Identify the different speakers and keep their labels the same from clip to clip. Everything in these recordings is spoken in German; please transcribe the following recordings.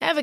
Speaker 1: Ever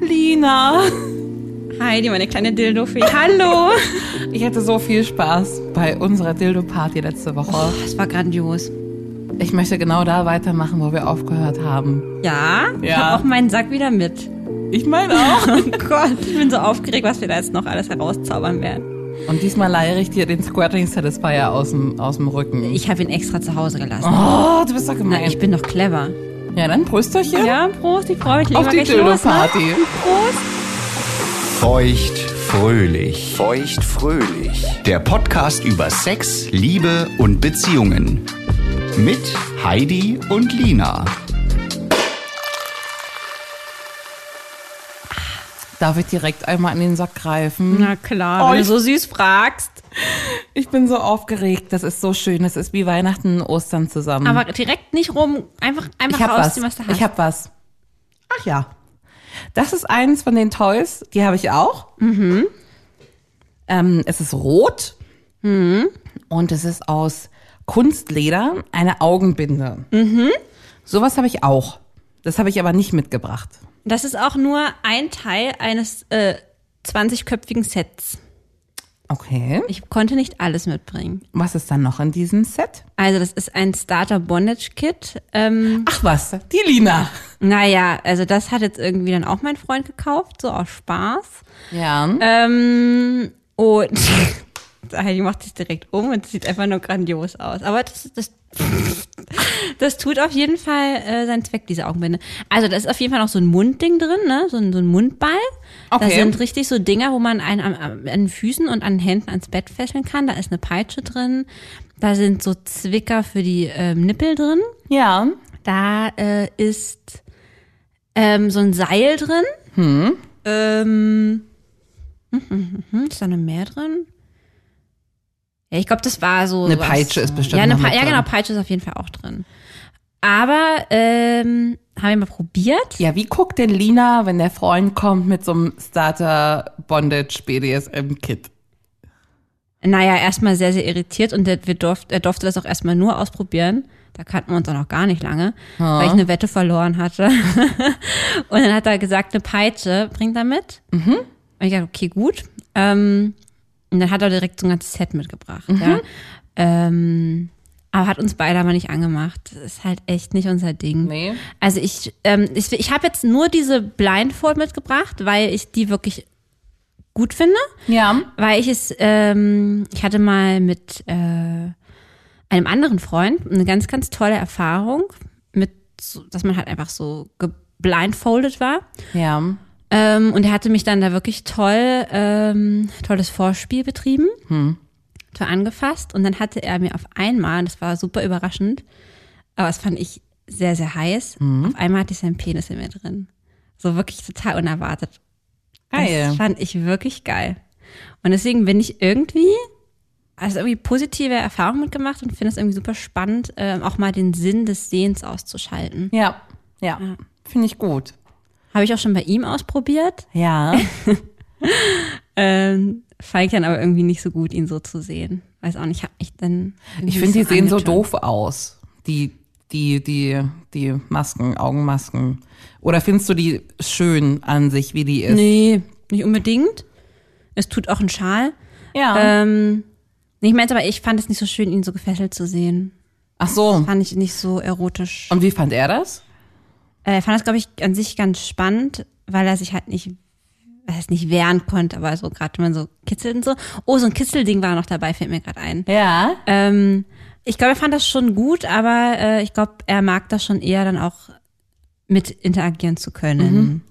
Speaker 2: Lina,
Speaker 3: Heidi, meine kleine Dildofee. Hallo.
Speaker 2: ich hatte so viel Spaß bei unserer Dildo-Party letzte Woche.
Speaker 3: Das Oh, war grandios.
Speaker 2: Ich möchte genau da weitermachen, wo wir aufgehört haben.
Speaker 3: Ja, ich
Speaker 2: Ja.
Speaker 3: habe auch meinen Sack wieder mit.
Speaker 2: Ich meine auch.
Speaker 3: Oh Gott, ich bin so aufgeregt, was wir da jetzt noch alles herauszaubern werden.
Speaker 2: Und diesmal leiere ich dir den Squirting Satisfier aus dem, aus dem Rücken.
Speaker 3: Ich habe ihn extra zu Hause gelassen.
Speaker 2: Oh, du bist doch
Speaker 3: Na,
Speaker 2: gemein.
Speaker 3: ich bin doch clever.
Speaker 2: ja, dann Prösterchen.
Speaker 3: Ja, Prost, ich freue mich. Legen
Speaker 2: Auf
Speaker 3: wir
Speaker 2: die
Speaker 3: gleich los, ne?
Speaker 2: Dildo-Party.
Speaker 3: Prost.
Speaker 4: Feucht fröhlich.
Speaker 5: Feucht fröhlich.
Speaker 4: Der Podcast über Sex, Liebe und Beziehungen. Mit Heidi und Lina.
Speaker 2: Darf ich direkt einmal an den Sack greifen?
Speaker 3: Na klar, wenn
Speaker 2: Oh,
Speaker 3: du
Speaker 2: ich-
Speaker 3: so süß fragst.
Speaker 2: Ich bin so aufgeregt. Das ist so schön. Das ist wie Weihnachten und Ostern zusammen.
Speaker 3: Aber direkt nicht rum, einfach, einfach
Speaker 2: ich hab was.
Speaker 3: rausziehen, was du hast.
Speaker 2: Ich hab was. Ach ja. Das ist eins von den Toys. Die habe ich auch. Mhm. Ähm, es ist rot. Mhm. Und es ist aus Kunstleder eine Augenbinde. Sowas habe ich auch. Das habe ich aber nicht mitgebracht.
Speaker 3: das ist auch nur ein Teil eines äh, 20-köpfigen Sets.
Speaker 2: Okay.
Speaker 3: Ich konnte nicht alles mitbringen.
Speaker 2: Was ist dann noch in diesem Set?
Speaker 3: Also das ist ein Starter Bondage Kit. Ähm,
Speaker 2: Ach was, die Lina.
Speaker 3: naja, also das hat jetzt irgendwie dann auch mein Freund gekauft, so aus Spaß.
Speaker 2: Ja.
Speaker 3: Ähm, und Heidi macht sich direkt um und es sieht einfach nur grandios aus. Aber das, das, das tut auf jeden Fall äh, seinen Zweck, diese Augenbinde. Also da ist auf jeden Fall noch so ein Mundding drin, ne? so, ein, so ein Mundball. Da
Speaker 2: Okay.
Speaker 3: sind richtig so Dinger, wo man einen am- am- an den Füßen und an den Händen ans Bett fesseln kann. Da ist eine Peitsche drin. Da sind so Zwicker für die ähm, Nippel drin.
Speaker 2: ja.
Speaker 3: Da äh, ist ähm, so ein Seil drin.
Speaker 2: Hm.
Speaker 3: Ähm, hm, hm, hm, hm, ist da noch mehr drin? Ja, ich glaube, das war so.
Speaker 2: Eine
Speaker 3: was-
Speaker 2: Peitsche ist bestimmt
Speaker 3: Ja, eine
Speaker 2: noch mit
Speaker 3: ja,
Speaker 2: drin.
Speaker 3: genau, Peitsche ist auf jeden Fall auch drin. Aber ähm, haben wir mal probiert.
Speaker 2: Ja, wie guckt denn Lina, wenn der Freund kommt mit so einem Starter Bondage BDSM Kit?
Speaker 3: Naja, erstmal sehr, sehr irritiert und der, wir durft, er durfte das auch erstmal nur ausprobieren. Da kannten wir uns auch noch gar nicht lange, weil ich eine Wette verloren hatte. und dann hat er gesagt, eine Peitsche bringt er mit. Und ich dachte, okay, gut. Ähm, und dann hat er direkt so ein ganzes Set mitgebracht. Ja. Ähm, aber hat uns beide aber nicht angemacht. Das ist halt echt nicht unser Ding.
Speaker 2: Nee.
Speaker 3: Also ich, ähm, ich, ich habe jetzt nur diese Blindfold mitgebracht, weil ich die wirklich gut finde
Speaker 2: Ja.
Speaker 3: weil ich es, ähm, ich hatte mal mit äh, einem anderen Freund eine ganz, ganz tolle Erfahrung, mit, so- dass man halt einfach so geblindfoldet war.
Speaker 2: Ja.
Speaker 3: Ähm, und er hatte mich dann da wirklich toll, ähm, tolles Vorspiel betrieben, toll angefasst. Und dann hatte er mir auf einmal, und das war super überraschend, aber das fand ich sehr, sehr heiß, auf einmal hatte ich seinen Penis in mir drin. So wirklich total unerwartet. Das
Speaker 2: Geil.
Speaker 3: fand ich wirklich geil. Und deswegen bin ich irgendwie, also irgendwie positive Erfahrungen mitgemacht und finde es irgendwie super spannend, ähm, auch mal den Sinn des Sehens auszuschalten.
Speaker 2: Ja. Ja. Finde ich gut.
Speaker 3: Habe ich auch schon bei ihm ausprobiert.
Speaker 2: Ja.
Speaker 3: Ähm, fand ich dann aber irgendwie nicht so gut, ihn so zu sehen. Weiß auch nicht, habe mich dann. irgendwie
Speaker 2: Ich finde, die
Speaker 3: so
Speaker 2: sehen so
Speaker 3: angetan.
Speaker 2: doof aus. Die die, die, die Masken, Augenmasken? Oder findest du die schön an sich, wie die ist?
Speaker 3: Nee, nicht unbedingt. Es tut auch ein Schal.
Speaker 2: Ja.
Speaker 3: Ähm, ich meinte aber, ich fand es nicht so schön, ihn so gefesselt zu sehen.
Speaker 2: Ach so.
Speaker 3: Fand ich nicht so erotisch.
Speaker 2: Und wie fand er das?
Speaker 3: Äh, Er fand das, glaube ich, an sich ganz spannend, weil er sich halt nicht, was heißt nicht wehren konnte, aber so gerade wenn man so kitzelt und so. Oh, so ein Kitzelding war noch dabei, fällt mir gerade ein.
Speaker 2: Ja.
Speaker 3: Ähm, ich glaube, er fand das schon gut, aber äh, ich glaube, er mag das schon eher dann auch mit interagieren zu können.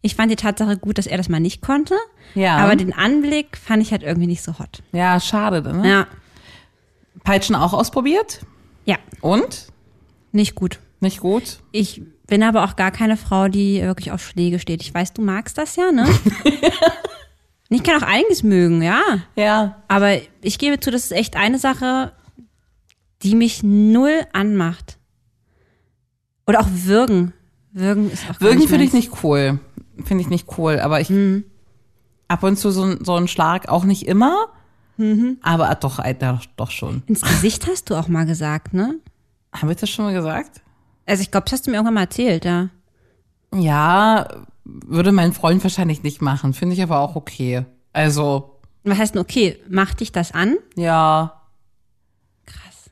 Speaker 3: Ich fand die Tatsache gut, dass er das mal nicht konnte,
Speaker 2: Ja.
Speaker 3: aber den Anblick fand ich halt irgendwie nicht so hot.
Speaker 2: Ja, schade, ne?
Speaker 3: Ja,
Speaker 2: Peitschen auch ausprobiert?
Speaker 3: ja,
Speaker 2: Und?
Speaker 3: nicht gut.
Speaker 2: Nicht gut?
Speaker 3: Ich bin aber auch gar keine Frau, die wirklich auf Schläge steht. Ich weiß, du magst das ja, ne? ich kann auch einiges mögen, ja.
Speaker 2: Ja.
Speaker 3: Aber ich gebe zu, das ist echt eine Sache, die mich null anmacht. Oder auch Würgen. Würgen ist auch
Speaker 2: Würgen
Speaker 3: gar
Speaker 2: finde ich Mhm.
Speaker 3: meins.
Speaker 2: nicht cool. Finde ich nicht cool, aber ich ab und zu so, ein- so einen Schlag auch nicht immer. Aber doch, äh, doch, doch schon.
Speaker 3: Ins Gesicht hast du auch mal gesagt, ne?
Speaker 2: Habe ich das schon mal gesagt?
Speaker 3: Also ich glaube, das hast du mir irgendwann mal erzählt, ja.
Speaker 2: Ja, würde mein Freund wahrscheinlich nicht machen. Finde ich aber auch okay. Also,
Speaker 3: Was heißt denn, okay, mach dich das an?
Speaker 2: ja,
Speaker 3: Krass.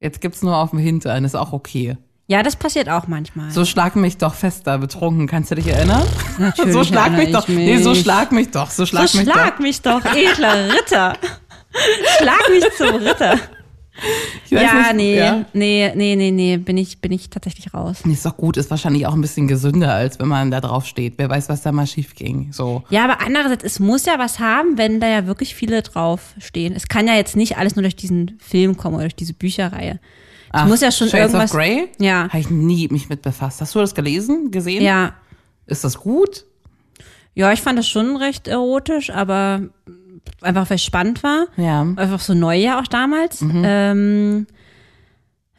Speaker 2: jetzt gibt's nur auf dem Hintern, ist auch okay.
Speaker 3: Ja, das passiert auch manchmal.
Speaker 2: So schlag mich doch fester, betrunken. Kannst du dich erinnern?
Speaker 3: Natürlich
Speaker 2: so schlag
Speaker 3: erinnere
Speaker 2: mich doch.
Speaker 3: ich
Speaker 2: Nee, so
Speaker 3: mich.
Speaker 2: schlag mich doch. So schlag
Speaker 3: so
Speaker 2: mich
Speaker 3: schlag
Speaker 2: doch.
Speaker 3: mich doch, edler Ritter. schlag mich zum Ritter.
Speaker 2: Ich weiß
Speaker 3: ja,
Speaker 2: nicht,
Speaker 3: nee,
Speaker 2: ja.
Speaker 3: nee, nee, nee, nee, bin ich, bin ich tatsächlich raus.
Speaker 2: Ist doch gut, ist wahrscheinlich auch ein bisschen gesünder, als wenn man da drauf steht. Wer weiß, was da mal schief ging. So.
Speaker 3: Ja, aber andererseits, es muss ja was haben, wenn da ja wirklich viele drauf stehen. Es kann ja jetzt nicht alles nur durch diesen Film kommen oder durch diese Bücherreihe. Es muss ja schon
Speaker 2: Shades
Speaker 3: irgendwas.
Speaker 2: of Grey?
Speaker 3: Ja.
Speaker 2: Habe ich nie mich mit befasst. Hast du das gelesen, gesehen?
Speaker 3: Ja.
Speaker 2: Ist das gut?
Speaker 3: Ja, ich fand das schon recht erotisch, aber einfach weil es spannend war.
Speaker 2: Ja. Mhm.
Speaker 3: Einfach so neu ja auch damals. Ähm,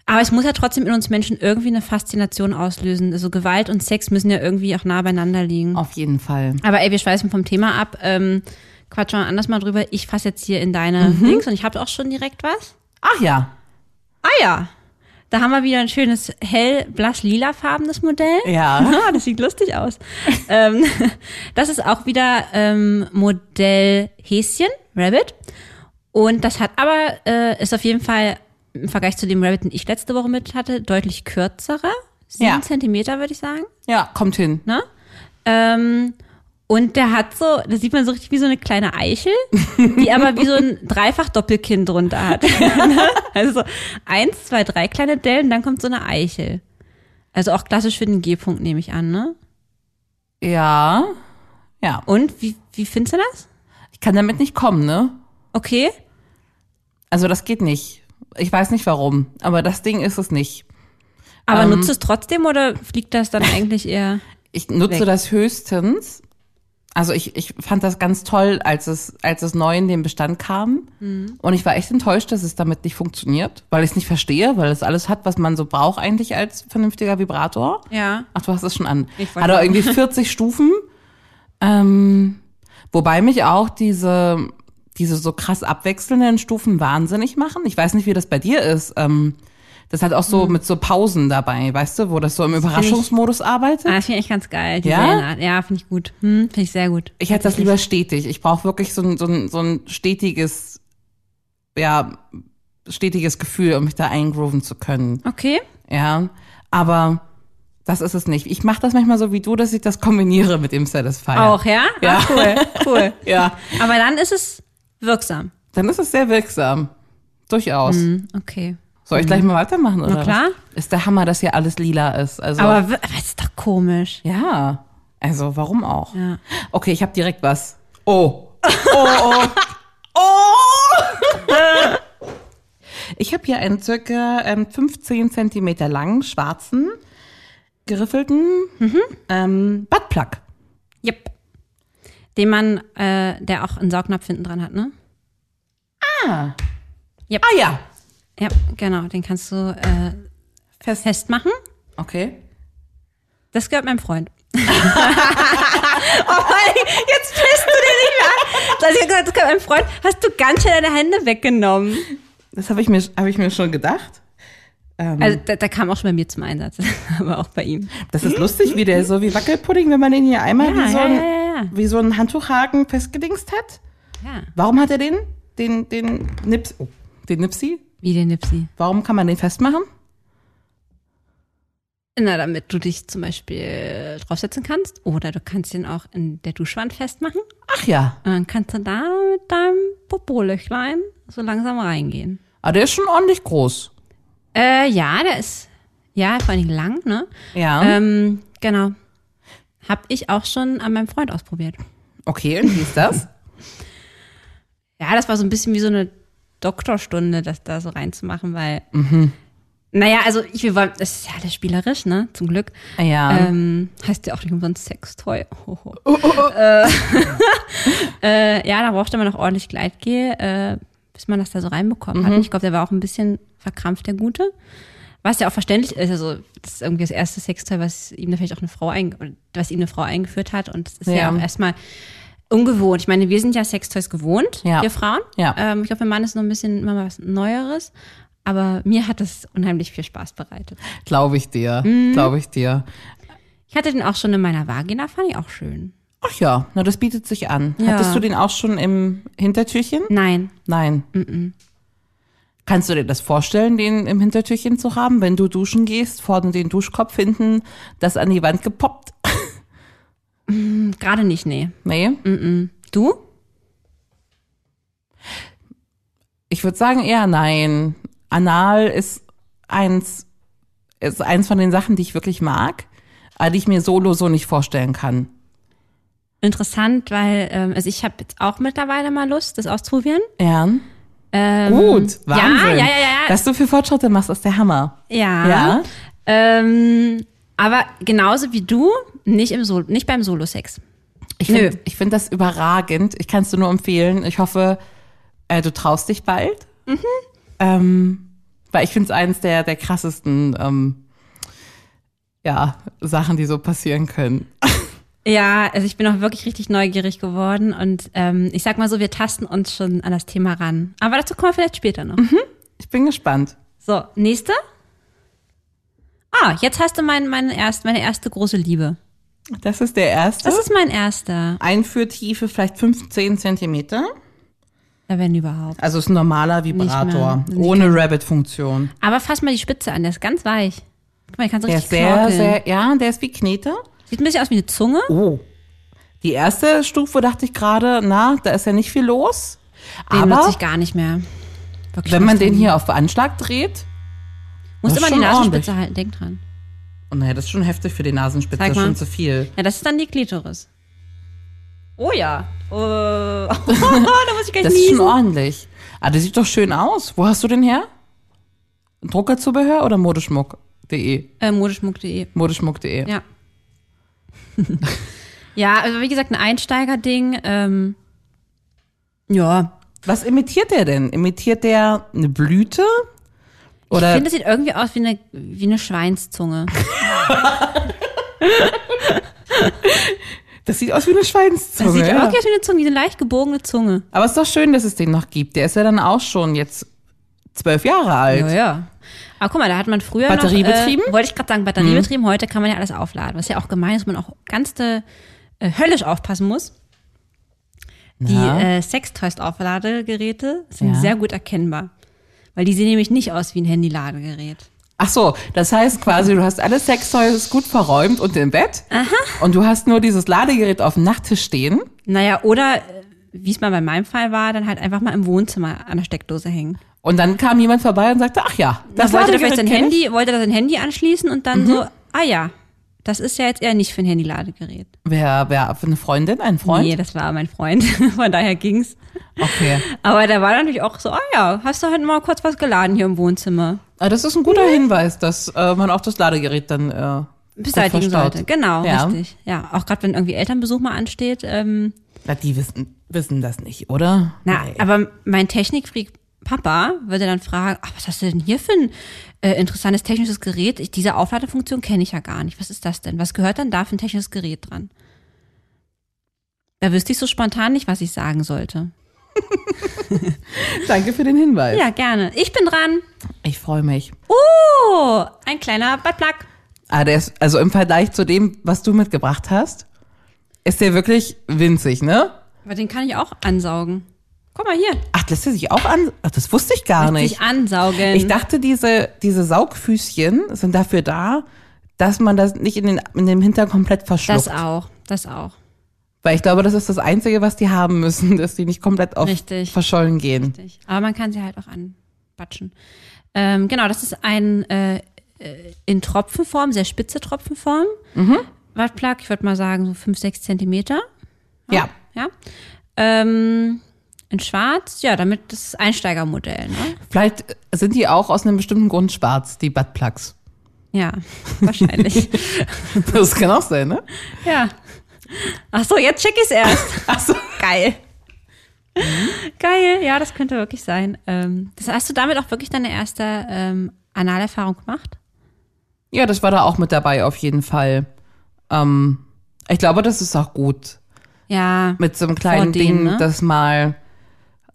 Speaker 3: aber es muss ja trotzdem in uns Menschen irgendwie eine Faszination auslösen. Also Gewalt und Sex müssen ja irgendwie auch nah beieinander liegen.
Speaker 2: Auf jeden Fall.
Speaker 3: Aber ey, wir schweißen vom Thema ab. Ähm, quatschen wir anders mal drüber. Ich fasse jetzt hier in deine Dings und ich habe auch schon direkt was.
Speaker 2: Ach ja.
Speaker 3: Ah ja, da haben wir wieder ein schönes hell, blass, lila farbenes Modell.
Speaker 2: Ja.
Speaker 3: Ah, das sieht lustig aus. ähm, das ist auch wieder ähm, Modell Häschen, Rabbit. Und das hat aber, äh, ist auf jeden Fall im Vergleich zu dem Rabbit, den ich letzte Woche mit hatte, deutlich kürzerer. Sieben
Speaker 2: Ja.
Speaker 3: Zentimeter, würde ich sagen.
Speaker 2: Ja, kommt hin.
Speaker 3: Ne? Ähm, und der hat so, da sieht man so richtig wie so eine kleine Eichel, die aber wie so ein Dreifach-Doppelkinn drunter hat. Ne? also so eins, zwei, drei kleine Dellen, dann kommt so eine Eichel. Also auch klassisch für den G-Punkt, nehme ich an, ne?
Speaker 2: Ja. Ja.
Speaker 3: Und wie, wie findest du das?
Speaker 2: Ich kann damit nicht kommen, ne?
Speaker 3: Okay.
Speaker 2: Also das geht nicht. Ich weiß nicht warum, aber das Ding ist es nicht.
Speaker 3: Aber
Speaker 2: Ähm.
Speaker 3: nutzt du es trotzdem oder fliegt das dann eigentlich eher?
Speaker 2: Ich nutze
Speaker 3: Weg.
Speaker 2: das höchstens. Also ich, ich fand das ganz toll, als es, als es neu in den Bestand kam. Und ich war echt enttäuscht, dass es damit nicht funktioniert, weil ich es nicht verstehe, weil es alles hat, was man so braucht eigentlich als vernünftiger Vibrator.
Speaker 3: Ja.
Speaker 2: Ach, du hast es schon an.
Speaker 3: Ich wollte
Speaker 2: Hat auch
Speaker 3: sagen.
Speaker 2: irgendwie 40 Stufen. Ähm, wobei mich auch diese, diese so krass abwechselnden Stufen wahnsinnig machen. Ich weiß nicht, wie das bei dir ist. Ähm, das hat auch
Speaker 3: Hm.
Speaker 2: so mit so Pausen dabei, weißt du, wo das so im Überraschungsmodus arbeitet.
Speaker 3: Ah, das finde ich ganz geil. Die
Speaker 2: Ja?
Speaker 3: Wellenart. Ja, finde ich gut. Hm, finde ich sehr gut.
Speaker 2: Ich hätte das lieber stetig. Ich brauche wirklich so ein, so, ein, so ein stetiges, ja, stetiges Gefühl, um mich da eingrooven zu können.
Speaker 3: Okay.
Speaker 2: Ja, aber das ist es nicht. Ich mache das manchmal so wie du, dass ich das kombiniere mit dem Satisfier.
Speaker 3: Auch, ja?
Speaker 2: Ja.
Speaker 3: Ah, cool, cool.
Speaker 2: Ja,
Speaker 3: Aber dann ist es wirksam.
Speaker 2: dann ist es sehr wirksam. Durchaus.
Speaker 3: Hm, Okay.
Speaker 2: Soll ich gleich mal weitermachen? Oder
Speaker 3: Mhm. Na klar.
Speaker 2: Was? Ist der Hammer, dass hier alles lila ist. Also,
Speaker 3: Aber, w- aber ist doch komisch.
Speaker 2: ja, also warum auch?
Speaker 3: Ja.
Speaker 2: Okay, ich habe direkt was. Oh. Oh, oh. oh. ich habe hier einen circa ähm, 15 Zentimeter langen, schwarzen, geriffelten
Speaker 3: Mhm.
Speaker 2: ähm, Buttplug.
Speaker 3: Yep. Den man, äh, der auch einen Saugnapf hinten dran hat, ne?
Speaker 2: Ah ja.
Speaker 3: Ja, genau. Den kannst du äh,
Speaker 2: Fest.
Speaker 3: festmachen.
Speaker 2: Okay.
Speaker 3: Das gehört meinem Freund. oh Mann, jetzt pisst du den nicht mehr an. Also ich hab gesagt, das gehört meinem Freund. Hast du ganz schnell deine Hände weggenommen.
Speaker 2: Das habe ich, mir- hab ich mir schon gedacht.
Speaker 3: Also da, da kam auch schon bei mir zum Einsatz, aber auch bei ihm.
Speaker 2: Das ist lustig, wie der so wie Wackelpudding, wenn man den hier einmal
Speaker 3: Mhm, Ja,
Speaker 2: wie, so
Speaker 3: ja,
Speaker 2: ein,
Speaker 3: ja, ja, ja.
Speaker 2: wie so ein Handtuchhaken festgedingst hat.
Speaker 3: Ja.
Speaker 2: Warum hat er den? Den, den Nips, oh, den Nipsi?
Speaker 3: Wie der Nipsi.
Speaker 2: Warum kann man den festmachen?
Speaker 3: Na, damit du dich zum Beispiel draufsetzen kannst. Oder du kannst ihn auch in der Duschwand festmachen.
Speaker 2: Ach ja.
Speaker 3: Und dann Äh, kannst du da mit deinem Popo-Löchlein so langsam reingehen.
Speaker 2: Aber Ah, der ist schon ordentlich groß.
Speaker 3: Äh, ja, der ist, ja, vor allen Dingen lang, ne?
Speaker 2: Ja.
Speaker 3: Ähm, genau. Hab ich auch schon an meinem Freund ausprobiert.
Speaker 2: okay, und wie ist das?
Speaker 3: Ja, das war so ein bisschen wie so eine Doktorstunde, das da so reinzumachen, weil, naja, also ich, wir wollen, das ist ja alles spielerisch, ne? Zum Glück.
Speaker 2: ja.
Speaker 3: Ähm, heißt ja auch nicht umsonst Sextoy.
Speaker 2: Oh,
Speaker 3: Hoho. Äh, äh, ja, da brauchte man noch ordentlich Gleitgel, äh, bis man das da so reinbekommen
Speaker 2: Mhm.
Speaker 3: hat. Und Ich glaube, der war auch ein bisschen verkrampft, der Gute. Was ja auch verständlich ist, also das ist irgendwie das erste Sextoy, was ihm da vielleicht auch eine Frau einge oder was ihm eine Frau eingeführt hat. Und das ist ja,
Speaker 2: Ja.
Speaker 3: auch erstmal ungewohnt. Ich meine, wir sind ja Sextoys gewohnt,
Speaker 2: Ja.
Speaker 3: wir Frauen.
Speaker 2: Ja.
Speaker 3: Ähm, ich glaube, für Mann ist noch ein bisschen immer mal was Neueres. Aber mir hat das unheimlich viel Spaß bereitet.
Speaker 2: Glaube ich dir.
Speaker 3: Mhm.
Speaker 2: Glaube ich dir.
Speaker 3: Ich hatte den auch schon in meiner Vagina, fand ich auch schön.
Speaker 2: Ach ja, na das bietet sich an.
Speaker 3: Ja.
Speaker 2: Hattest du den auch schon im Hintertürchen?
Speaker 3: Nein.
Speaker 2: Nein. Kannst du dir das vorstellen, den im Hintertürchen zu haben, wenn du duschen gehst, vorne den Duschkopf, hinten das an die Wand gepoppt?
Speaker 3: Gerade nicht, nee.
Speaker 2: Nee.
Speaker 3: Du?
Speaker 2: Ich würde sagen eher nein. Anal ist eins, ist eins von den Sachen, die ich wirklich mag, aber die ich mir solo so nicht vorstellen kann.
Speaker 3: Interessant, weil ähm, also ich habe jetzt auch mittlerweile mal Lust, das auszuprobieren.
Speaker 2: Ja.
Speaker 3: Ähm,
Speaker 2: Gut, Wahnsinn.
Speaker 3: Ja, ja, ja, ja.
Speaker 2: Dass du für Fortschritte machst, ist der Hammer.
Speaker 3: ja.
Speaker 2: Ja.
Speaker 3: Ähm, aber genauso wie du, nicht, im Sol nicht beim Solo-Sex.
Speaker 2: Ich
Speaker 3: Nö.
Speaker 2: finde find das überragend. Ich kann es dir nur empfehlen. Ich hoffe, äh, du traust dich bald.
Speaker 3: Mhm.
Speaker 2: Ähm, weil ich finde es eines der, der krassesten ähm, ja, Sachen, die so passieren können.
Speaker 3: Ja, also ich bin auch wirklich richtig neugierig geworden und ähm, ich sag mal so, wir tasten uns schon an das Thema ran. Aber dazu kommen wir vielleicht später noch.
Speaker 2: Mhm. Ich bin gespannt.
Speaker 3: So, nächste. Ah, jetzt hast du mein, meine, erst, meine erste große Liebe.
Speaker 2: Das ist der erste.
Speaker 3: Das ist mein erster.
Speaker 2: Einführtiefe vielleicht 15 Zentimeter.
Speaker 3: Ja, Wenn überhaupt.
Speaker 2: Also ist ein normaler Vibrator.
Speaker 3: Nicht mehr.
Speaker 2: Ohne Rabbit-Funktion.
Speaker 3: Aber fass mal die Spitze an, der ist ganz weich. Guck mal, ich kann so
Speaker 2: Der
Speaker 3: richtig
Speaker 2: ist sehr,
Speaker 3: knorkeln.
Speaker 2: sehr, ja, der ist wie Knete.
Speaker 3: Sieht ein bisschen aus wie eine Zunge.
Speaker 2: Oh. Die erste Stufe dachte ich gerade, na, da ist ja nicht viel los.
Speaker 3: Den nutze
Speaker 2: aber
Speaker 3: ich gar nicht mehr. Wirklich
Speaker 2: wenn man
Speaker 3: nicht.
Speaker 2: den hier auf Anschlag dreht,
Speaker 3: Musst
Speaker 2: das
Speaker 3: immer
Speaker 2: ist
Speaker 3: die
Speaker 2: schon
Speaker 3: Nasenspitze halten, denk dran.
Speaker 2: oh naja, das ist schon heftig für die Nasenspitze,
Speaker 3: Zeig mal.
Speaker 2: schon zu viel.
Speaker 3: Ja, das ist dann die Klitoris. Oh ja. Oh, da muss ich gleich
Speaker 2: Das ist schon
Speaker 3: niesen.
Speaker 2: ordentlich. Ah, der sieht doch schön aus. Wo hast du den her? Druckerzubehör oder modeschmuck.de?
Speaker 3: Äh, modeschmuck.de.
Speaker 2: Modeschmuck.de.
Speaker 3: Ja. ja, also wie gesagt, ein Einsteigerding. Ähm, ja.
Speaker 2: Was imitiert der denn? Imitiert der eine Blüte?
Speaker 3: Ich
Speaker 2: Oder
Speaker 3: finde, das sieht irgendwie aus wie eine, wie eine Schweinszunge.
Speaker 2: das sieht aus wie eine Schweinszunge.
Speaker 3: Das sieht
Speaker 2: ja.
Speaker 3: irgendwie aus wie eine Zunge, wie eine leicht gebogene Zunge.
Speaker 2: Aber es ist doch schön, dass es den noch gibt. Der ist ja dann auch schon jetzt zwölf Jahre alt.
Speaker 3: Ja, ja. Aber guck mal, da hat man früher
Speaker 2: Batteriebetrieben? Mhm.
Speaker 3: Noch, äh, wollte ich gerade sagen, batteriebetrieben. Heute kann man ja alles aufladen. Was ja auch gemein ist, wo man auch ganz äh, höllisch aufpassen muss. Die
Speaker 2: Na?
Speaker 3: äh, Sextoys-Aufladegeräte sind
Speaker 2: Ja.
Speaker 3: sehr gut erkennbar. Weil die sehen nämlich nicht aus wie ein Handyladegerät.
Speaker 2: Ach so, das heißt quasi, du hast alle Sextoys gut verräumt und im Bett. Aha. Und du hast nur dieses Ladegerät auf dem Nachttisch stehen.
Speaker 3: Naja, oder äh, wie es mal bei meinem Fall war, dann halt einfach mal im Wohnzimmer an der Steckdose hängen.
Speaker 2: Und dann kam jemand vorbei und sagte, ach ja,
Speaker 3: Das
Speaker 2: das
Speaker 3: wollte er vielleicht
Speaker 2: Ladegerät
Speaker 3: sein
Speaker 2: kenn ich. Mhm.
Speaker 3: Handy, wollte er sein Handy anschließen und dann so, ah ja, das ist ja jetzt eher nicht für ein Handyladegerät.
Speaker 2: Wer, wer, eine Freundin, ein Freund?
Speaker 3: Nee, das war mein Freund. Von daher ging's.
Speaker 2: Okay.
Speaker 3: Aber da war natürlich auch so, ah ja, hast du heute mal kurz was geladen hier im Wohnzimmer?
Speaker 2: Aber Ah, das ist ein guter Hinweis, dass äh, man auch das Ladegerät dann äh,
Speaker 3: Beseitigen
Speaker 2: gut verstaut.
Speaker 3: sollte. Genau,
Speaker 2: ja.
Speaker 3: richtig. Ja, auch gerade wenn irgendwie Elternbesuch mal ansteht. Ähm,
Speaker 2: Na, die wissen, wissen das nicht, oder?
Speaker 3: na,
Speaker 2: Nee.
Speaker 3: aber mein Technikfreak Papa würde dann fragen, ach, was hast du denn hier für ein äh, interessantes technisches Gerät? Ich, diese Aufladefunktion kenne ich ja gar nicht. Was ist das denn? Was gehört dann da für ein technisches Gerät dran? Da wüsste ich so spontan nicht, was ich sagen sollte.
Speaker 2: Danke für den Hinweis.
Speaker 3: Ja, gerne. Ich bin dran.
Speaker 2: Ich freue mich.
Speaker 3: Oh, ein kleiner Buttplug.
Speaker 2: Ah, der ist, also im Vergleich zu dem, was du mitgebracht hast, ist der wirklich winzig, ne?
Speaker 3: Aber den kann ich auch ansaugen. Guck mal hier.
Speaker 2: Ach, lässt er sich auch an. Ach, das wusste ich gar nicht.
Speaker 3: Sich ansaugen.
Speaker 2: Ich dachte, diese, diese Saugfüßchen sind dafür da, dass man das nicht in, den, in dem Hintern komplett verschluckt.
Speaker 3: das auch. Das auch.
Speaker 2: Weil ich glaube, das ist das Einzige, was die haben müssen, dass die nicht komplett auf
Speaker 3: Richtig.
Speaker 2: verschollen gehen.
Speaker 3: Richtig. Aber man kann sie halt auch anbatschen. Ähm, genau, das ist ein äh, äh, in Tropfenform, sehr spitze Tropfenform.
Speaker 2: Mhm.
Speaker 3: Wattplug, ich würde mal sagen so 5, 6 Zentimeter.
Speaker 2: Ja.
Speaker 3: Ja. Ähm, in schwarz, ja, damit das ist Einsteigermodell, ne?
Speaker 2: Vielleicht sind die auch aus einem bestimmten Grund schwarz, die Buttplugs.
Speaker 3: Ja, wahrscheinlich.
Speaker 2: Das kann auch sein, ne?
Speaker 3: ja. Ach so, jetzt check ich's erst.
Speaker 2: Ach so. Mhm.
Speaker 3: Geil. Geil, ja, das könnte wirklich sein. Ähm, das hast du damit auch wirklich deine erste ähm, Analerfahrung gemacht?
Speaker 2: Ja, das war da auch mit dabei, auf jeden Fall. Ähm, ich glaube, das ist auch gut.
Speaker 3: Ja.
Speaker 2: mit so einem kleinen
Speaker 3: Vor denen,
Speaker 2: Ding,
Speaker 3: ne?
Speaker 2: das mal,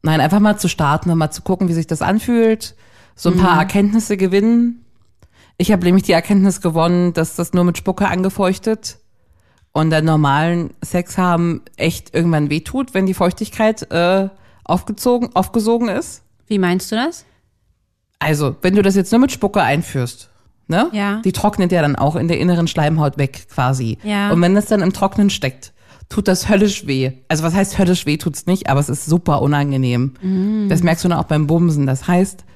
Speaker 2: nein, einfach mal zu starten und mal zu gucken, wie sich das anfühlt, so ein paar Erkenntnisse gewinnen. Ich habe nämlich die Erkenntnis gewonnen, dass das nur mit Spucke angefeuchtet und dann normalen Sex haben echt irgendwann wehtut, wenn die Feuchtigkeit äh, aufgezogen, aufgesogen ist.
Speaker 3: Wie meinst du das?
Speaker 2: Also, wenn du das jetzt nur mit Spucke einführst, ne?
Speaker 3: Ja.
Speaker 2: Die trocknet ja dann auch in der inneren Schleimhaut weg quasi.
Speaker 3: Ja.
Speaker 2: Und wenn das dann im Trocknen steckt, tut das höllisch weh. Also was heißt höllisch weh tut's nicht, aber es ist super unangenehm.
Speaker 3: Mm.
Speaker 2: Das merkst du dann auch beim Bumsen. Das heißt,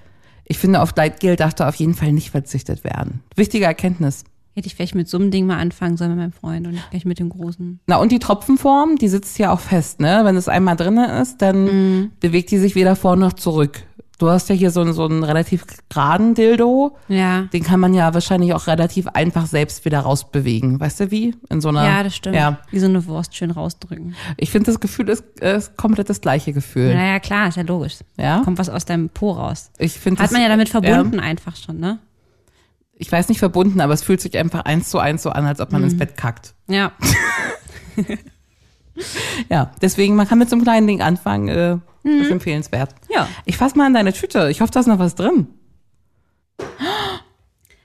Speaker 2: ich finde, auf Gleitgel dachte auf jeden Fall nicht verzichtet werden. Wichtige Erkenntnis.
Speaker 3: Hätte ich vielleicht mit so einem Ding mal anfangen sollen mit meinem Freund und nicht gleich mit dem großen.
Speaker 2: Na und die Tropfenform, die sitzt ja auch fest, ne? Wenn es einmal drinne ist, dann
Speaker 3: Mm.
Speaker 2: bewegt die sich weder vor noch zurück. Du hast ja hier so, einen- so einen relativ geraden Dildo.
Speaker 3: Ja.
Speaker 2: Den kann man ja wahrscheinlich auch relativ einfach selbst wieder rausbewegen. Weißt du wie? In so einer.
Speaker 3: Ja, das stimmt.
Speaker 2: ne? Ja.
Speaker 3: Wie so eine Wurst schön rausdrücken.
Speaker 2: Ich finde, das Gefühl ist, ist komplett das gleiche Gefühl.
Speaker 3: Naja, klar, ist ja logisch.
Speaker 2: Ja.
Speaker 3: Kommt was aus deinem Po raus.
Speaker 2: Ich finde
Speaker 3: Hat
Speaker 2: das-
Speaker 3: man ja damit verbunden
Speaker 2: Ja,
Speaker 3: einfach schon, ne?
Speaker 2: ich weiß nicht verbunden, aber es fühlt sich einfach eins zu eins so an, als ob man
Speaker 3: Mhm.
Speaker 2: ins Bett kackt.
Speaker 3: Ja.
Speaker 2: Ja. Deswegen, man kann mit so einem kleinen Ding anfangen. Äh,
Speaker 3: Mhm.
Speaker 2: Ist empfehlenswert.
Speaker 3: Ja.
Speaker 2: Ich fass mal an deine Tüte. Ich hoffe, da ist noch was drin.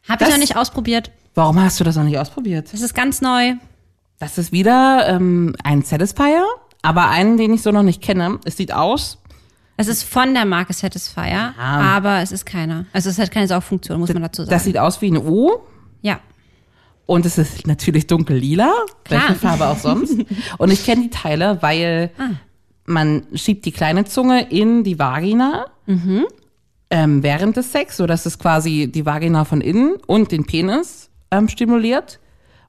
Speaker 3: Hab
Speaker 2: Das-
Speaker 3: ich noch nicht ausprobiert.
Speaker 2: Warum hast du das noch nicht ausprobiert?
Speaker 3: Das ist ganz neu.
Speaker 2: Das ist wieder ähm, ein Satisfier, aber einen, den ich so noch nicht kenne. Es sieht aus,
Speaker 3: Es ist von der Marke Satisfyer, aber es ist keiner. Also es hat keine Saugfunktion, muss man dazu sagen.
Speaker 2: das sieht aus wie ein U.
Speaker 3: ja.
Speaker 2: Und es ist natürlich dunkellila,
Speaker 3: Klar.
Speaker 2: welche Farbe auch sonst. Und ich kenne die Teile, weil man schiebt die kleine Zunge in die Vagina ähm, während des Sex, sodass es quasi die Vagina von innen und den Penis ähm, stimuliert.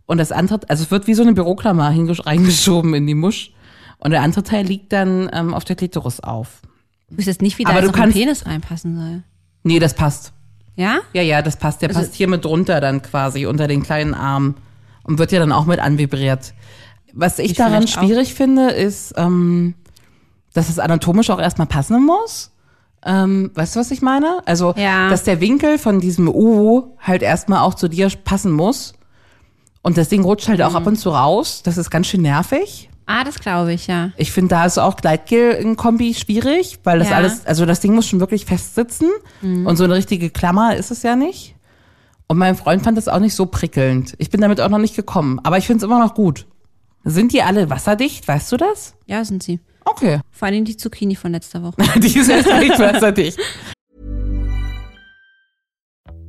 Speaker 2: Und das andere, also es wird wie so eine Büroklammer hingesch- reingeschoben in die Musch. Und der andere Teil liegt dann ähm, auf der Klitoris auf.
Speaker 3: Du weißt jetzt nicht, wie da
Speaker 2: Aber
Speaker 3: jetzt
Speaker 2: du
Speaker 3: noch ein
Speaker 2: kannst-
Speaker 3: Penis reinpassen soll.
Speaker 2: Nee, das passt.
Speaker 3: Ja?
Speaker 2: Ja, ja, das passt.
Speaker 3: Also
Speaker 2: Der passt hier mit drunter dann quasi unter den kleinen Arm und wird ja dann auch mit anvibriert. Was ich,
Speaker 3: Ich
Speaker 2: daran
Speaker 3: vielleicht auch.
Speaker 2: schwierig finde, ist, ähm, dass es anatomisch auch erstmal passen muss. Ähm, weißt du, was ich meine? Also,
Speaker 3: Ja.
Speaker 2: dass der Winkel von diesem U halt erstmal auch zu dir passen muss. Und das Ding rutscht halt auch
Speaker 3: Mhm.
Speaker 2: ab und zu raus. Das ist ganz schön nervig.
Speaker 3: Ah, das glaube ich, ja.
Speaker 2: Ich finde, da ist auch Gleitgel in Kombi schwierig, weil das
Speaker 3: Ja. Mhm.
Speaker 2: alles, also das Ding muss schon wirklich festsitzen und so eine richtige Klammer ist es ja nicht. Und mein Freund fand das auch nicht so prickelnd. Ich bin damit auch noch nicht gekommen, aber ich finde es immer noch gut. Sind die alle wasserdicht, weißt du das?
Speaker 3: Ja, sind sie.
Speaker 2: Okay.
Speaker 3: Vor allem die Zucchini von letzter Woche.
Speaker 2: die ist erst nicht wasserdicht.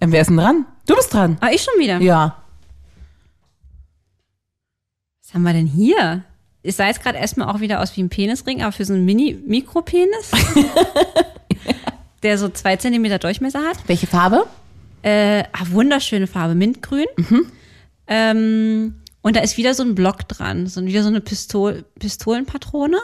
Speaker 2: Ähm, wer ist denn dran? Du bist dran.
Speaker 3: Ah, ich schon wieder.
Speaker 2: Ja.
Speaker 3: Was haben wir denn hier? Es sah jetzt gerade erstmal auch wieder aus wie ein Penisring, aber für so einen Mini-Mikropenis, der so zwei Zentimeter Durchmesser hat.
Speaker 2: Welche Farbe?
Speaker 3: Äh, ah, wunderschöne Farbe, Mintgrün.
Speaker 2: Mhm.
Speaker 3: Ähm, und da ist wieder so ein Block dran, so wieder so eine Pistol Pistolenpatrone.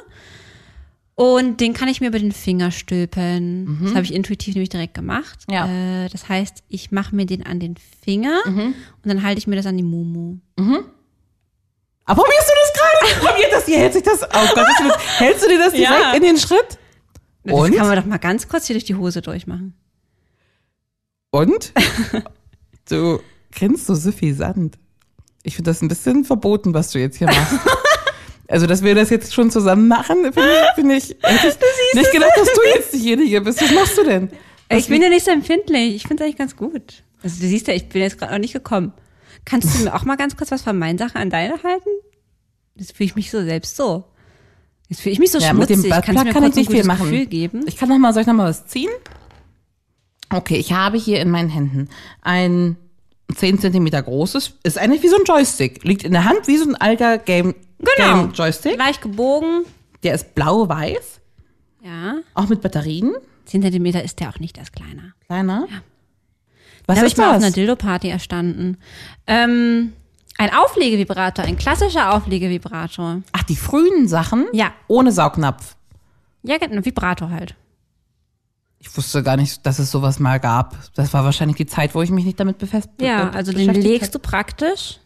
Speaker 3: Und den kann ich mir über den Finger stülpen. Das habe ich intuitiv nämlich direkt gemacht.
Speaker 2: Mhm. Ja. Mhm.
Speaker 3: Äh, das heißt, ich mache mir den an den Finger und dann halte ich mir das an die Mumu.
Speaker 2: Aber probierst du das gerade? Probiert das? Hier hält sich das. Oh Gott, das wird, hältst du dir das direkt
Speaker 3: Ja.
Speaker 2: in den Schritt?
Speaker 3: Das
Speaker 2: Und?
Speaker 3: kann man doch mal ganz kurz hier durch die Hose durchmachen.
Speaker 2: Und? Du grinst so süffisant. Ich finde das ein bisschen verboten, was du jetzt hier machst. Also, dass wir das jetzt schon zusammen machen, finde ich, finde ich, hätte ich nicht gedacht, dass du jetzt diejenige bist. Was machst du denn? Was
Speaker 3: ich bin ja nicht so empfindlich. Ich finde es eigentlich ganz gut. Also du siehst ja, ich bin jetzt gerade noch nicht gekommen. Kannst du mir auch mal ganz kurz was von meinen Sachen an deine halten? Jetzt fühle ich mich so selbst so. Jetzt fühle ich mich so
Speaker 2: Ja, mit dem
Speaker 3: schmutzig. Kannst du
Speaker 2: Buttplug
Speaker 3: mir
Speaker 2: kann
Speaker 3: kurz
Speaker 2: ich nicht
Speaker 3: ein
Speaker 2: viel
Speaker 3: gutes
Speaker 2: machen.
Speaker 3: Gefühl geben? Hm?
Speaker 2: Ich kann noch mal, soll ich noch mal was ziehen? Okay, ich habe hier in meinen Händen ein 10 Zentimeter großes, ist eigentlich wie so ein Joystick. Liegt in der Hand wie so ein alter Game,
Speaker 3: Genau.
Speaker 2: Game Joystick.
Speaker 3: Leicht gebogen.
Speaker 2: Der ist blau-weiß,
Speaker 3: Ja.
Speaker 2: auch mit Batterien.
Speaker 3: 10 Zentimeter ist der auch nicht das kleiner.
Speaker 2: Kleiner. Was
Speaker 3: da habe ich
Speaker 2: ist
Speaker 3: mal auf einer
Speaker 2: das?
Speaker 3: Dildo-Party erstanden. Ähm, ein Auflegevibrator, ein klassischer Auflegevibrator.
Speaker 2: Ach, die frühen Sachen?
Speaker 3: Ja.
Speaker 2: Ohne Saugnapf.
Speaker 3: Ja, genau, Vibrator halt.
Speaker 2: Ich wusste gar nicht, dass es sowas mal gab. Das war wahrscheinlich die Zeit, wo ich mich nicht damit befest
Speaker 3: Ja,
Speaker 2: be-
Speaker 3: also den
Speaker 2: beschäftigt
Speaker 3: legst
Speaker 2: hab.
Speaker 3: du praktisch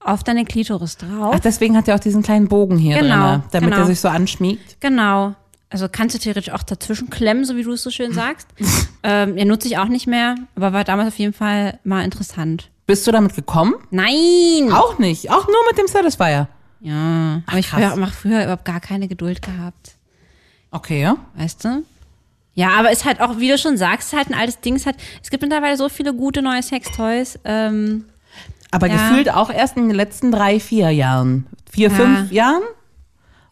Speaker 3: auf deine Klitoris drauf.
Speaker 2: Ach, deswegen hat er auch diesen kleinen Bogen hier
Speaker 3: Genau,
Speaker 2: drin, damit
Speaker 3: genau.
Speaker 2: er sich so anschmiegt.
Speaker 3: Genau. Also kannst du theoretisch auch dazwischen klemmen, so wie du es so schön sagst. ähm, ja, nutze ich auch nicht mehr, aber war damals auf jeden Fall mal interessant.
Speaker 2: Bist du damit gekommen?
Speaker 3: Nein!
Speaker 2: Auch nicht. Auch nur mit dem Satisfier.
Speaker 3: Ja, aber ich
Speaker 2: krass.
Speaker 3: habe auch früher überhaupt gar keine Geduld gehabt.
Speaker 2: Okay, ja.
Speaker 3: Weißt du? Ja, aber ist halt auch, wie du schon sagst, halt ein altes Ding. Es, hat, es gibt mittlerweile so viele gute neue Sextoys. Ähm,
Speaker 2: Aber
Speaker 3: Ja.
Speaker 2: gefühlt auch erst in den letzten drei, vier Jahren. Vier,
Speaker 3: Ja.
Speaker 2: fünf Jahren?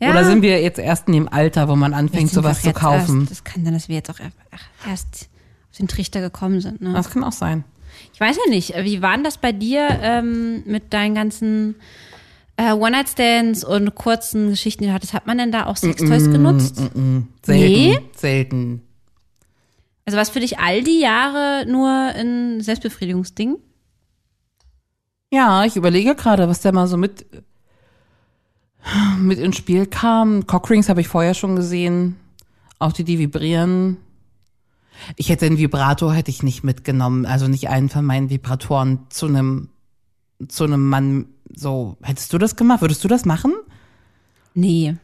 Speaker 3: ja.
Speaker 2: Oder sind wir jetzt erst in dem Alter, wo man anfängt,
Speaker 3: Jetzt sind wir
Speaker 2: sowas
Speaker 3: auch
Speaker 2: zu
Speaker 3: jetzt
Speaker 2: kaufen?
Speaker 3: Erst, das kann sein, dass wir jetzt auch ach, erst auf den Trichter gekommen sind. Ne?
Speaker 2: Das kann auch sein.
Speaker 3: Ich weiß ja nicht, wie war denn das bei dir ähm, mit deinen ganzen äh, One-Night-Stands und kurzen Geschichten, die du hattest? Hat man denn da auch Sextoys genutzt?
Speaker 2: Selten.
Speaker 3: Nee?
Speaker 2: Selten.
Speaker 3: Also was für dich all die Jahre nur ein Selbstbefriedigungsding?
Speaker 2: Ja, ich überlege gerade, was da mal so mit, mit ins Spiel kam. Cockrings habe ich vorher schon gesehen. Auch die, die vibrieren. Ich hätte einen Vibrator hätte ich nicht mitgenommen. Also nicht einen von meinen Vibratoren zu einem, zu einem Mann. So, hättest du das gemacht? Würdest du das machen?
Speaker 3: Nee.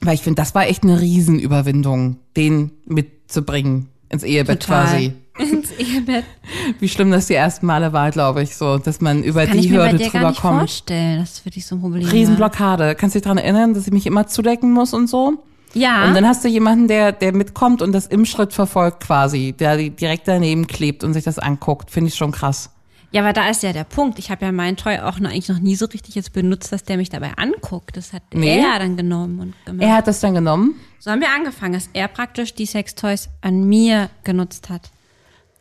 Speaker 2: Weil ich finde, das war echt eine Riesenüberwindung, den mitzubringen ins Ehebett
Speaker 3: Total.
Speaker 2: quasi.
Speaker 3: Ins Ehebett.
Speaker 2: Wie schlimm das die ersten Male war, glaube ich, so, dass man über
Speaker 3: Kann
Speaker 2: die
Speaker 3: ich mir bei
Speaker 2: Hürde
Speaker 3: dir gar
Speaker 2: drüber
Speaker 3: nicht
Speaker 2: kommt.
Speaker 3: vorstellen, dass das für dich so ein Problem ne? war.
Speaker 2: Riesenblockade. Kannst dich daran erinnern, dass ich mich immer zudecken muss und so?
Speaker 3: Ja.
Speaker 2: Und dann hast du jemanden, der, der mitkommt und das im Schritt verfolgt quasi, der die- direkt daneben klebt und sich das anguckt. Finde ich schon krass.
Speaker 3: Ja, aber da ist ja der Punkt. Ich habe ja meinen Toy auch noch, eigentlich noch nie so richtig jetzt benutzt, dass der mich dabei anguckt. Das hat
Speaker 2: Nee.
Speaker 3: er dann genommen und gemacht.
Speaker 2: Er hat das dann genommen.
Speaker 3: so haben wir angefangen, dass er praktisch die Sextoys an mir genutzt hat.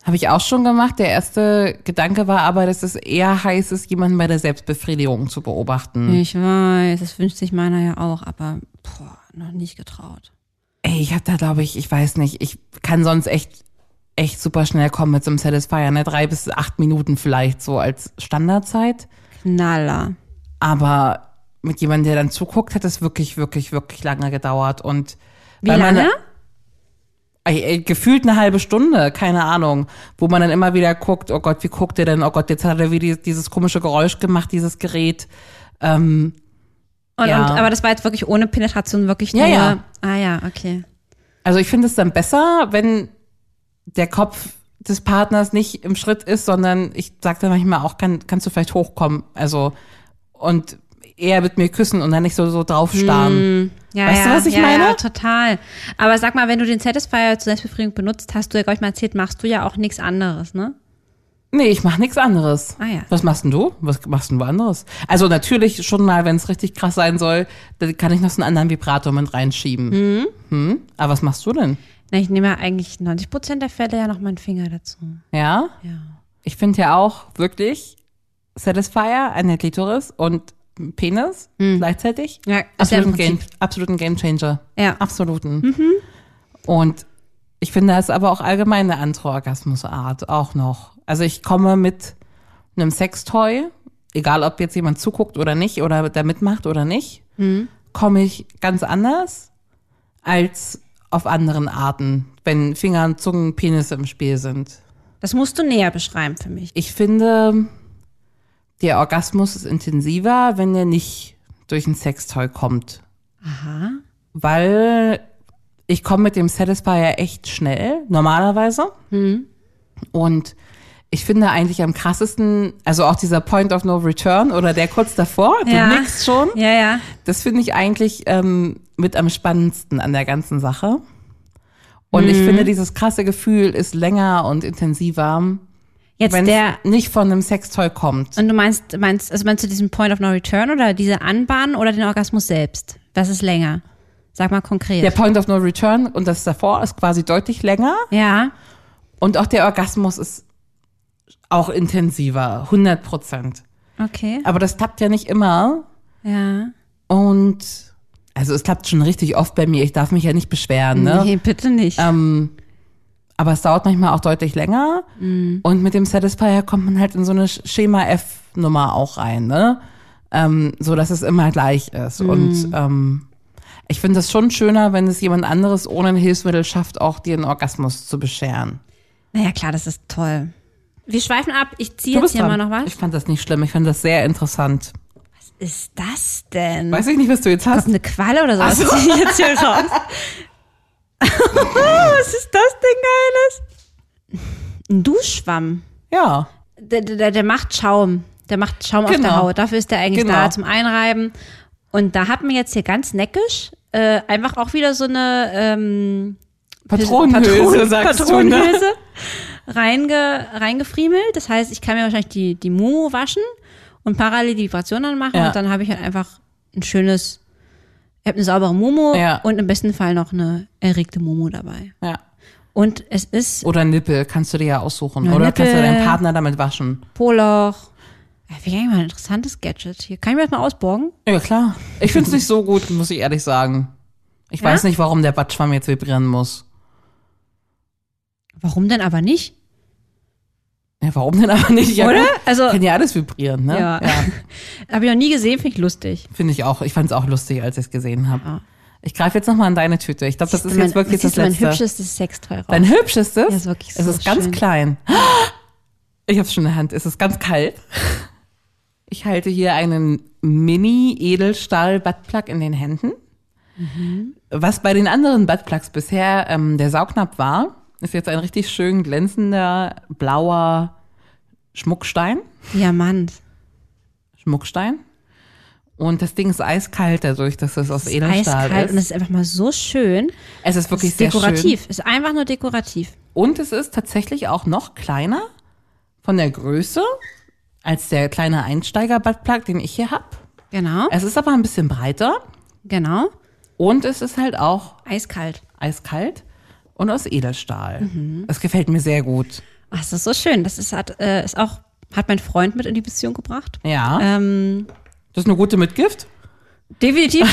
Speaker 2: Habe ich auch schon gemacht. Der erste Gedanke war aber, dass es eher heiß ist, jemanden bei der Selbstbefriedigung zu beobachten.
Speaker 3: Ich weiß, das wünscht sich meiner ja auch, aber boah, noch nicht getraut.
Speaker 2: Ey, ich hab da, glaube ich, ich weiß nicht, ich kann sonst echt, echt super schnell kommen mit so einem Satisfier, ne? Drei bis acht Minuten vielleicht so als Standardzeit.
Speaker 3: Knaller.
Speaker 2: Aber mit jemandem, der dann zuguckt, hat es wirklich, wirklich, wirklich lange gedauert. Und
Speaker 3: Wie
Speaker 2: weil man-
Speaker 3: lange?
Speaker 2: Ey, ey, gefühlt eine halbe Stunde, keine Ahnung, wo man dann immer wieder guckt, oh Gott, wie guckt der denn, oh Gott, jetzt hat er wieder dieses komische Geräusch gemacht, dieses Gerät.
Speaker 3: Und,
Speaker 2: Ja.
Speaker 3: und, aber das war jetzt wirklich ohne Penetration, wirklich
Speaker 2: Ja,
Speaker 3: nur.
Speaker 2: ja.
Speaker 3: Ah ja, okay.
Speaker 2: Also ich finde es dann besser, wenn der Kopf des Partners nicht im Schritt ist, sondern ich sage dann manchmal auch, kann, kannst du vielleicht hochkommen, also und eher mit mir küssen und dann nicht so, so
Speaker 3: Hm.
Speaker 2: draufstarren.
Speaker 3: Ja,
Speaker 2: Weißt du,
Speaker 3: ja,
Speaker 2: was ich
Speaker 3: ja,
Speaker 2: meine?
Speaker 3: Ja, total. Aber sag mal, wenn du den Satisfier zur Selbstbefriedigung benutzt, hast du ja, glaube ich, mal erzählt, machst du ja auch nichts anderes, ne?
Speaker 2: Nee, ich mache nichts anderes.
Speaker 3: Ah ja.
Speaker 2: Was machst denn du? Was machst denn du anderes? Also natürlich schon mal, wenn es richtig krass sein soll, dann kann ich noch so einen anderen Vibrator mit reinschieben. Mhm. Hm? Aber was machst du denn?
Speaker 3: Na, ich nehme ja eigentlich 90 Prozent der Fälle ja noch meinen Finger dazu.
Speaker 2: Ja?
Speaker 3: Ja.
Speaker 2: Ich finde ja auch wirklich Satisfier an der Klitoris und Penis gleichzeitig.
Speaker 3: Mhm. Ja, ist
Speaker 2: absoluten,
Speaker 3: ja im
Speaker 2: Game,
Speaker 3: Prinzip-
Speaker 2: absoluten Gamechanger.
Speaker 3: Ja.
Speaker 2: Absoluten. Und ich finde, das ist aber auch allgemein eine andere Orgasmusart auch noch. Also ich komme mit einem Sextoy, egal ob jetzt jemand zuguckt oder nicht oder da mitmacht oder nicht, komme ich ganz anders als auf anderen Arten, wenn Finger, Zungen, Penisse im Spiel sind.
Speaker 3: Das musst du näher beschreiben für mich.
Speaker 2: Ich finde, der Orgasmus ist intensiver, wenn der nicht durch ein Sextoy kommt.
Speaker 3: Aha.
Speaker 2: Weil ich komme mit dem Satisfier echt schnell, normalerweise.
Speaker 3: Hm.
Speaker 2: Und ich finde eigentlich am krassesten, also auch dieser Point of No Return oder der kurz davor,
Speaker 3: Ja.
Speaker 2: du nix schon.
Speaker 3: Ja, ja.
Speaker 2: Das finde ich eigentlich ähm, mit am spannendsten an der ganzen Sache. Und ich
Speaker 3: Hm.
Speaker 2: finde, dieses krasse Gefühl ist länger und intensiver,
Speaker 3: Jetzt
Speaker 2: wenn
Speaker 3: der.
Speaker 2: es nicht von einem Sextoy kommt.
Speaker 3: Und du meinst, meinst, also meinst du diesen Point of No Return oder diese Anbahn oder den Orgasmus selbst? Was ist länger? Sag mal konkret.
Speaker 2: Der Point of No Return und das davor ist quasi deutlich länger.
Speaker 3: ja.
Speaker 2: Und auch der Orgasmus ist auch intensiver, 100 Prozent.
Speaker 3: Okay.
Speaker 2: Aber das klappt ja nicht immer.
Speaker 3: Ja.
Speaker 2: Und also es klappt schon richtig oft bei mir. Ich darf mich ja nicht beschweren, ne?
Speaker 3: Nee, bitte nicht.
Speaker 2: Ähm, aber es dauert manchmal auch deutlich länger.
Speaker 3: Mhm.
Speaker 2: Und mit dem Satisfier kommt man halt in so eine Schema F-Nummer auch rein, ne? Ähm, so dass es immer gleich ist.
Speaker 3: Mhm.
Speaker 2: Und ähm, ich finde das schon schöner, wenn es jemand anderes ohne ein Hilfsmittel schafft, auch dir einen Orgasmus zu bescheren.
Speaker 3: Naja, klar, das ist toll. Wir schweifen ab. Ich
Speaker 2: Du
Speaker 3: ziehe jetzt
Speaker 2: bist
Speaker 3: hier
Speaker 2: dran.
Speaker 3: mal noch
Speaker 2: Ich
Speaker 3: was.
Speaker 2: fand das nicht schlimm, ich fand das sehr interessant.
Speaker 3: Ist das denn?
Speaker 2: Weiß ich nicht, was du jetzt hast.
Speaker 3: Eine Qualle oder sowas? So. Ich jetzt hier raus. Was ist das denn Geiles? Ein Duschschwamm.
Speaker 2: Ja.
Speaker 3: Der, der, der macht Schaum. Der macht Schaum auf
Speaker 2: Genau.
Speaker 3: der Haut. Dafür ist der eigentlich
Speaker 2: Genau.
Speaker 3: da zum Einreiben. Und da hat man jetzt hier ganz neckisch äh, einfach auch wieder so eine ähm,
Speaker 2: Patronenhülse, sagst du, ne?
Speaker 3: Patronenhülse reinge, reingefriemelt. Das heißt, ich kann mir wahrscheinlich die, die Mumu waschen und parallel die Vibration anmachen
Speaker 2: Ja.
Speaker 3: und dann habe ich halt einfach ein schönes, ich habe eine saubere Mumu
Speaker 2: Ja.
Speaker 3: und im besten Fall noch eine erregte Mumu dabei.
Speaker 2: Ja.
Speaker 3: Und es ist
Speaker 2: Oder Nippel, kannst du dir ja aussuchen.
Speaker 3: Ja,
Speaker 2: Oder kannst du
Speaker 3: Nippel.
Speaker 2: deinen Partner damit waschen.
Speaker 3: Poloch. Ja, Wäre eigentlich mal ein interessantes Gadget. Hier kann ich mir das mal ausborgen.
Speaker 2: Ja, klar. Ich finde es nicht so gut, muss ich ehrlich sagen. Ich
Speaker 3: Ja?
Speaker 2: weiß nicht, warum der Batschwamm jetzt vibrieren muss.
Speaker 3: Warum denn aber nicht?
Speaker 2: Ja, warum denn aber nicht? Ja,
Speaker 3: Oder?
Speaker 2: gut.
Speaker 3: Also-
Speaker 2: Kann ja alles vibrieren, ne?
Speaker 3: Ja. Habe ich noch nie gesehen, finde ich lustig.
Speaker 2: Finde ich auch. Ich fand es auch lustig, als ich es gesehen habe.
Speaker 3: Ja.
Speaker 2: Ich greife jetzt nochmal an deine Tüte. Ich glaube, das ist jetzt wirklich das
Speaker 3: siehst du mein
Speaker 2: letzte.
Speaker 3: hübschestes Sextoy raus.
Speaker 2: Dein hübschestes?
Speaker 3: Ja, ist wirklich
Speaker 2: es
Speaker 3: so
Speaker 2: ist ganz
Speaker 3: schön.
Speaker 2: klein. Ich hab's schon in der Hand. Es ist ganz kalt. Ich halte hier einen Mini-Edelstahl-Buttplug in den Händen.
Speaker 3: Mhm.
Speaker 2: Was bei den anderen Buttplugs bisher ähm, der Saugnapf war, ist jetzt ein richtig schön glänzender, blauer Schmuckstein.
Speaker 3: Diamant.
Speaker 2: Schmuckstein. Und das Ding ist eiskalt dadurch, dass es aus Edelstahl
Speaker 3: Eiskalt und es
Speaker 2: ist.
Speaker 3: ist einfach mal so schön.
Speaker 2: Es ist wirklich
Speaker 3: Es ist
Speaker 2: sehr schön.
Speaker 3: dekorativ. Ist einfach nur dekorativ.
Speaker 2: Und es ist tatsächlich auch noch kleiner von der Größe als der kleine Einsteiger-Buttplug, den ich hier hab.
Speaker 3: Genau.
Speaker 2: Es ist aber ein bisschen breiter
Speaker 3: Genau.
Speaker 2: und es ist halt auch
Speaker 3: Eiskalt.
Speaker 2: eiskalt und aus Edelstahl. Es gefällt mir sehr gut.
Speaker 3: Ach, das ist so schön. Das ist, hat, äh, ist auch, hat mein Freund mit in die Beziehung gebracht.
Speaker 2: Ja,
Speaker 3: Ähm,
Speaker 2: das ist eine gute Mitgift.
Speaker 3: definitiv.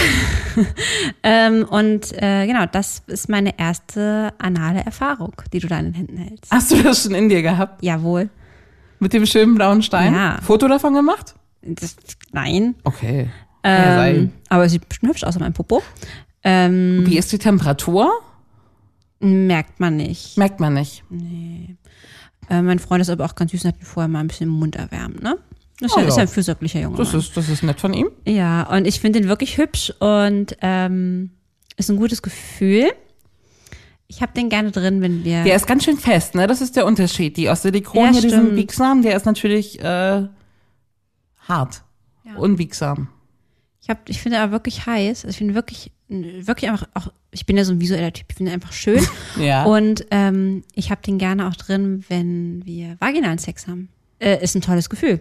Speaker 3: ähm, und äh, genau, das ist meine erste anale Erfahrung, die du da in den Händen hältst.
Speaker 2: Hast du das schon in dir gehabt?
Speaker 3: Jawohl.
Speaker 2: Mit dem schönen blauen Stein?
Speaker 3: Ja.
Speaker 2: Foto davon gemacht?
Speaker 3: Das, nein.
Speaker 2: Okay. Kann ja
Speaker 3: Ähm,
Speaker 2: sein.
Speaker 3: aber es sieht bestimmt hübsch aus an meinem Popo. Ähm,
Speaker 2: Wie ist die Temperatur?
Speaker 3: merkt man nicht.
Speaker 2: Merkt man nicht.
Speaker 3: Äh, mein Freund ist aber auch ganz süß und hat ihn vorher mal ein bisschen im Mund erwärmt, ne? Das ist,
Speaker 2: Oh
Speaker 3: ja, ist
Speaker 2: ja.
Speaker 3: ja ein fürsorglicher Junge.
Speaker 2: Das
Speaker 3: Mann.
Speaker 2: ist, das ist nett von ihm.
Speaker 3: Ja, und ich finde ihn wirklich hübsch und ähm, ist ein gutes Gefühl. Ich habe den gerne drin, wenn wir.
Speaker 2: Der ist ganz schön fest, ne? Das ist der Unterschied. Die aus Silikon
Speaker 3: Ja,
Speaker 2: hier, diesen
Speaker 3: stimmt.
Speaker 2: biegsamen, der ist natürlich äh, hart. Unbiegsam.
Speaker 3: Ich, hab, ich finde er wirklich heiß. Also ich finde wirklich, wirklich einfach auch. Ich bin ja so ein visueller Typ. Ich finde ihn einfach schön.
Speaker 2: Ja.
Speaker 3: Und ähm, ich habe den gerne auch drin, wenn wir vaginalen Sex haben. Äh, ist ein tolles Gefühl.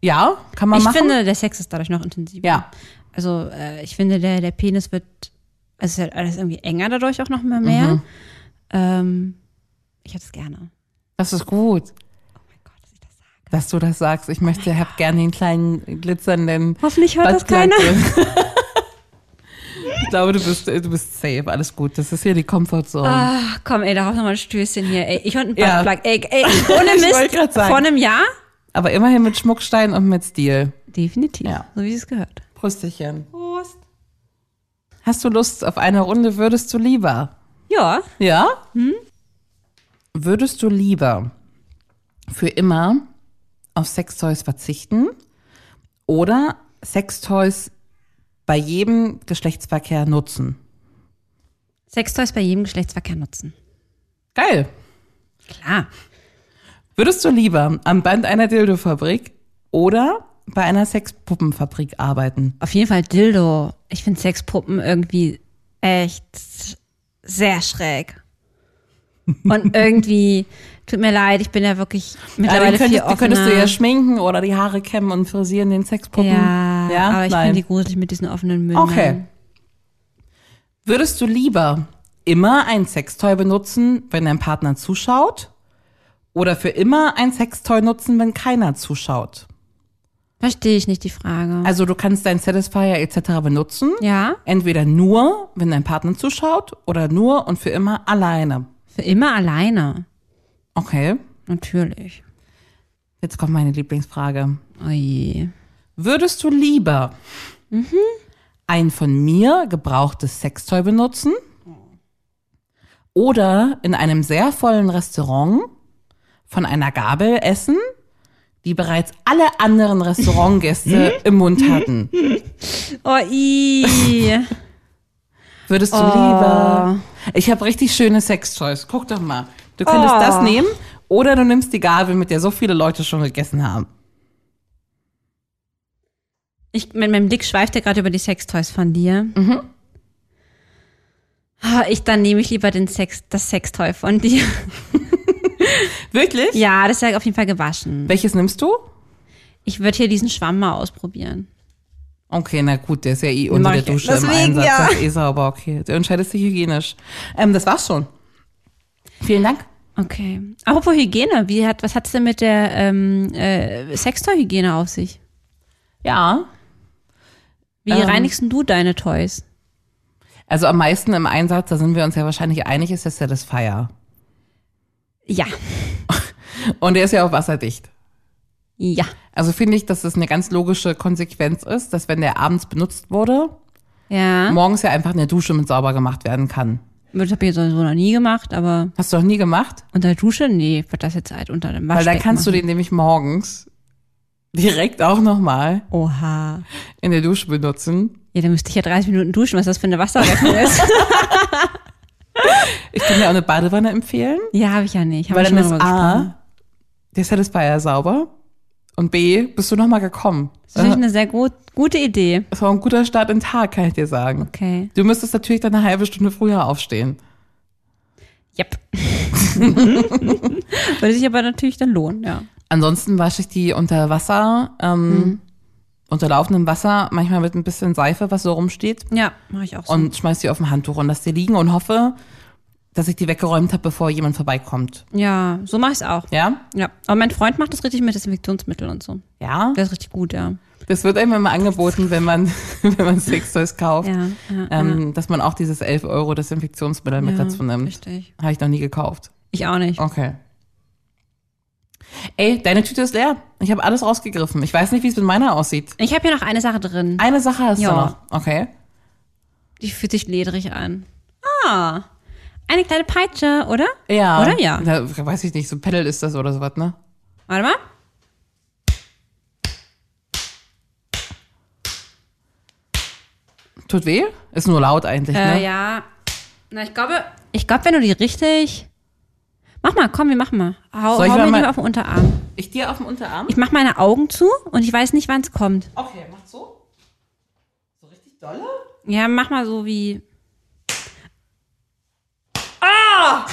Speaker 2: ja, kann man
Speaker 3: ich
Speaker 2: machen.
Speaker 3: finde, der Sex ist dadurch noch intensiver.
Speaker 2: Ja.
Speaker 3: Also äh, ich finde, der, der Penis wird, also es ist halt alles irgendwie enger dadurch auch noch mal mehr.
Speaker 2: Mhm.
Speaker 3: Ähm, ich habe das gerne.
Speaker 2: das ist gut,
Speaker 3: Oh mein Gott, dass ich das sage.
Speaker 2: dass du das sagst. Ich möchte, hab gerne den kleinen glitzernden.
Speaker 3: Hoffentlich hört das
Speaker 2: Buttplug
Speaker 3: keiner.
Speaker 2: drin. ich glaube, du bist, du bist safe. Alles gut. Das ist hier die Comfortzone.
Speaker 3: Ach, komm, ey, darauf nochmal ein Stößchen hier. Ey, ich und ein
Speaker 2: Ja.
Speaker 3: Buttplug. Ey, ey, ohne
Speaker 2: Ich wollte grad
Speaker 3: Mist,
Speaker 2: sagen.
Speaker 3: vor einem Jahr?
Speaker 2: Aber immerhin mit Schmuckstein und mit Stil.
Speaker 3: Definitiv,
Speaker 2: Ja.
Speaker 3: so wie es gehört.
Speaker 2: Prüsterchen.
Speaker 3: Prost.
Speaker 2: Hast du Lust auf eine Runde, würdest du lieber?
Speaker 3: Ja.
Speaker 2: Ja?
Speaker 3: Hm?
Speaker 2: Würdest du lieber für immer auf Sextoys verzichten oder Sextoys bei jedem Geschlechtsverkehr nutzen?
Speaker 3: Sextoys bei jedem Geschlechtsverkehr nutzen.
Speaker 2: Geil.
Speaker 3: Klar.
Speaker 2: Würdest du lieber am Band einer Dildo-Fabrik oder bei einer Sexpuppenfabrik arbeiten?
Speaker 3: Auf jeden Fall Dildo. Ich finde Sexpuppen irgendwie echt sehr schräg. Und irgendwie, tut mir leid, ich bin ja wirklich
Speaker 2: Ja,
Speaker 3: mittlerweile
Speaker 2: die
Speaker 3: viel
Speaker 2: könntest, die könntest du
Speaker 3: offener.
Speaker 2: ja schminken oder die Haare kämmen und frisieren den Sexpuppen.
Speaker 3: Ja,
Speaker 2: ja?
Speaker 3: aber ich
Speaker 2: Nein.
Speaker 3: finde die gruselig mit diesen offenen Mündern.
Speaker 2: Okay. Würdest du lieber immer ein Sextoy benutzen, wenn dein Partner zuschaut? Oder für immer ein Sextoy nutzen, wenn keiner zuschaut?
Speaker 3: Verstehe ich nicht die Frage.
Speaker 2: Also du kannst dein Satisfier etc. benutzen.
Speaker 3: ja,
Speaker 2: Entweder nur, wenn dein Partner zuschaut, oder nur und für immer alleine.
Speaker 3: für immer alleine.
Speaker 2: Okay,
Speaker 3: Natürlich.
Speaker 2: jetzt kommt meine Lieblingsfrage.
Speaker 3: Oje.
Speaker 2: Würdest du lieber ein von mir gebrauchtes Sextoy benutzen oder in einem sehr vollen Restaurant von einer Gabel essen, die bereits alle anderen Restaurantgäste im Mund hatten?
Speaker 3: Oje.
Speaker 2: Würdest du lieber? Ich habe richtig schöne Sextoys. Guck doch mal. Du könntest das nehmen oder du nimmst die Gabel, mit der so viele Leute schon gegessen haben.
Speaker 3: Ich, mit meinem Blick schweift er gerade über die Sextoys von dir.
Speaker 2: Mhm.
Speaker 3: Ah, Ich, dann nehme ich lieber den Sex, das Sextoy von dir.
Speaker 2: Wirklich?
Speaker 3: Ja, das ist ja auf jeden Fall gewaschen.
Speaker 2: Welches nimmst du?
Speaker 3: Ich würde hier diesen Schwamm mal ausprobieren.
Speaker 2: Okay, na gut, der ist ja eh unter
Speaker 3: Mach
Speaker 2: der
Speaker 3: ich ja.
Speaker 2: Dusche im
Speaker 3: Deswegen,
Speaker 2: Einsatz.
Speaker 3: ja.
Speaker 2: Das ist eh sauber, okay. Der entscheidet sich hygienisch. Ähm, das war's schon. Vielen Dank.
Speaker 3: Okay. Apropos Hygiene, wie hat, was hat's denn mit der ähm, äh, Sextoy-Hygiene auf sich?
Speaker 2: Ja.
Speaker 3: Wie
Speaker 2: Ähm.
Speaker 3: reinigst denn du deine Toys?
Speaker 2: Also am meisten im Einsatz, da sind wir uns ja wahrscheinlich einig, ist der Satisfier.
Speaker 3: Ja.
Speaker 2: Und der ist ja auch wasserdicht.
Speaker 3: Ja.
Speaker 2: Also finde ich, dass das eine ganz logische Konsequenz ist, dass wenn der abends benutzt wurde,
Speaker 3: Ja.
Speaker 2: morgens ja einfach eine Dusche mit sauber gemacht werden kann.
Speaker 3: Das habe ich jetzt sowieso noch nie gemacht, aber
Speaker 2: Hast du noch nie gemacht?
Speaker 3: unter der Dusche? Nee, wird das jetzt halt unter dem
Speaker 2: Weil
Speaker 3: Waschbecken
Speaker 2: dann kannst du
Speaker 3: machen.
Speaker 2: den nämlich morgens direkt auch nochmal
Speaker 3: Oha.
Speaker 2: in der Dusche benutzen.
Speaker 3: Ja, dann müsste ich ja 30 Minuten duschen, was das für eine Wasserrechnung ist.
Speaker 2: Ich kann dir auch eine Badewanne empfehlen.
Speaker 3: ja, habe ich ja nicht. Haben
Speaker 2: Weil
Speaker 3: wir
Speaker 2: dann
Speaker 3: schon
Speaker 2: ist
Speaker 3: mal ne? drüber gesprochen.
Speaker 2: A, der Satisfier sauber und B, bist du nochmal gekommen.
Speaker 3: Das ist natürlich eine sehr gut, gute Idee.
Speaker 2: Das war ein guter Start in den Tag, kann ich dir sagen.
Speaker 3: Okay.
Speaker 2: Du müsstest natürlich dann eine halbe Stunde früher aufstehen.
Speaker 3: Yep. Würde sich aber natürlich dann lohnen, ja.
Speaker 2: Ansonsten wasche ich die unter Wasser, ähm,
Speaker 3: Mhm.
Speaker 2: unter laufendem Wasser, manchmal mit ein bisschen Seife, was so rumsteht,
Speaker 3: Ja, mache ich auch so.
Speaker 2: und schmeiß die auf ein Handtuch und lass die liegen und hoffe, dass ich die weggeräumt habe, bevor jemand vorbeikommt.
Speaker 3: ja, so mache ich es auch.
Speaker 2: Ja?
Speaker 3: Ja. Aber mein Freund macht das richtig mit Desinfektionsmittel und so.
Speaker 2: Ja.
Speaker 3: Der ist richtig gut, ja.
Speaker 2: Das wird einem immer angeboten, wenn man, wenn man Sextoys kauft.
Speaker 3: Ja, ja,
Speaker 2: ähm, Dass man auch dieses 11 Euro Desinfektionsmittel mit
Speaker 3: Mhm. ja,
Speaker 2: dazu nimmt.
Speaker 3: Richtig.
Speaker 2: Habe ich noch nie gekauft.
Speaker 3: Ich auch nicht.
Speaker 2: Okay. Ey, deine Tüte ist leer. Ich habe alles rausgegriffen. Ich weiß nicht, wie es mit meiner aussieht.
Speaker 3: Ich habe hier noch eine Sache drin.
Speaker 2: Eine Sache hast du noch.
Speaker 3: Ja.
Speaker 2: Okay.
Speaker 3: Die fühlt sich ledrig an. Ah. Eine kleine Peitsche, oder?
Speaker 2: Ja.
Speaker 3: Oder ja?
Speaker 2: Da, weiß ich nicht, so ein Pedal ist das oder sowas, ne?
Speaker 3: Warte mal.
Speaker 2: Tut weh? Ist nur laut eigentlich,
Speaker 3: Äh,
Speaker 2: ne?
Speaker 3: ja. Na, ich glaube. Ich glaube, wenn du die richtig. Mach mal, komm, wir machen mal. Hau,
Speaker 2: Soll ich
Speaker 3: hau
Speaker 2: mal
Speaker 3: mir die
Speaker 2: mein-
Speaker 3: mal auf den Unterarm.
Speaker 2: Ich dir auf dem Unterarm?
Speaker 3: Ich mach meine Augen zu und ich weiß nicht, wann es kommt.
Speaker 2: Okay, mach so. So richtig dolle?
Speaker 3: Ja, mach mal so wie. Ah!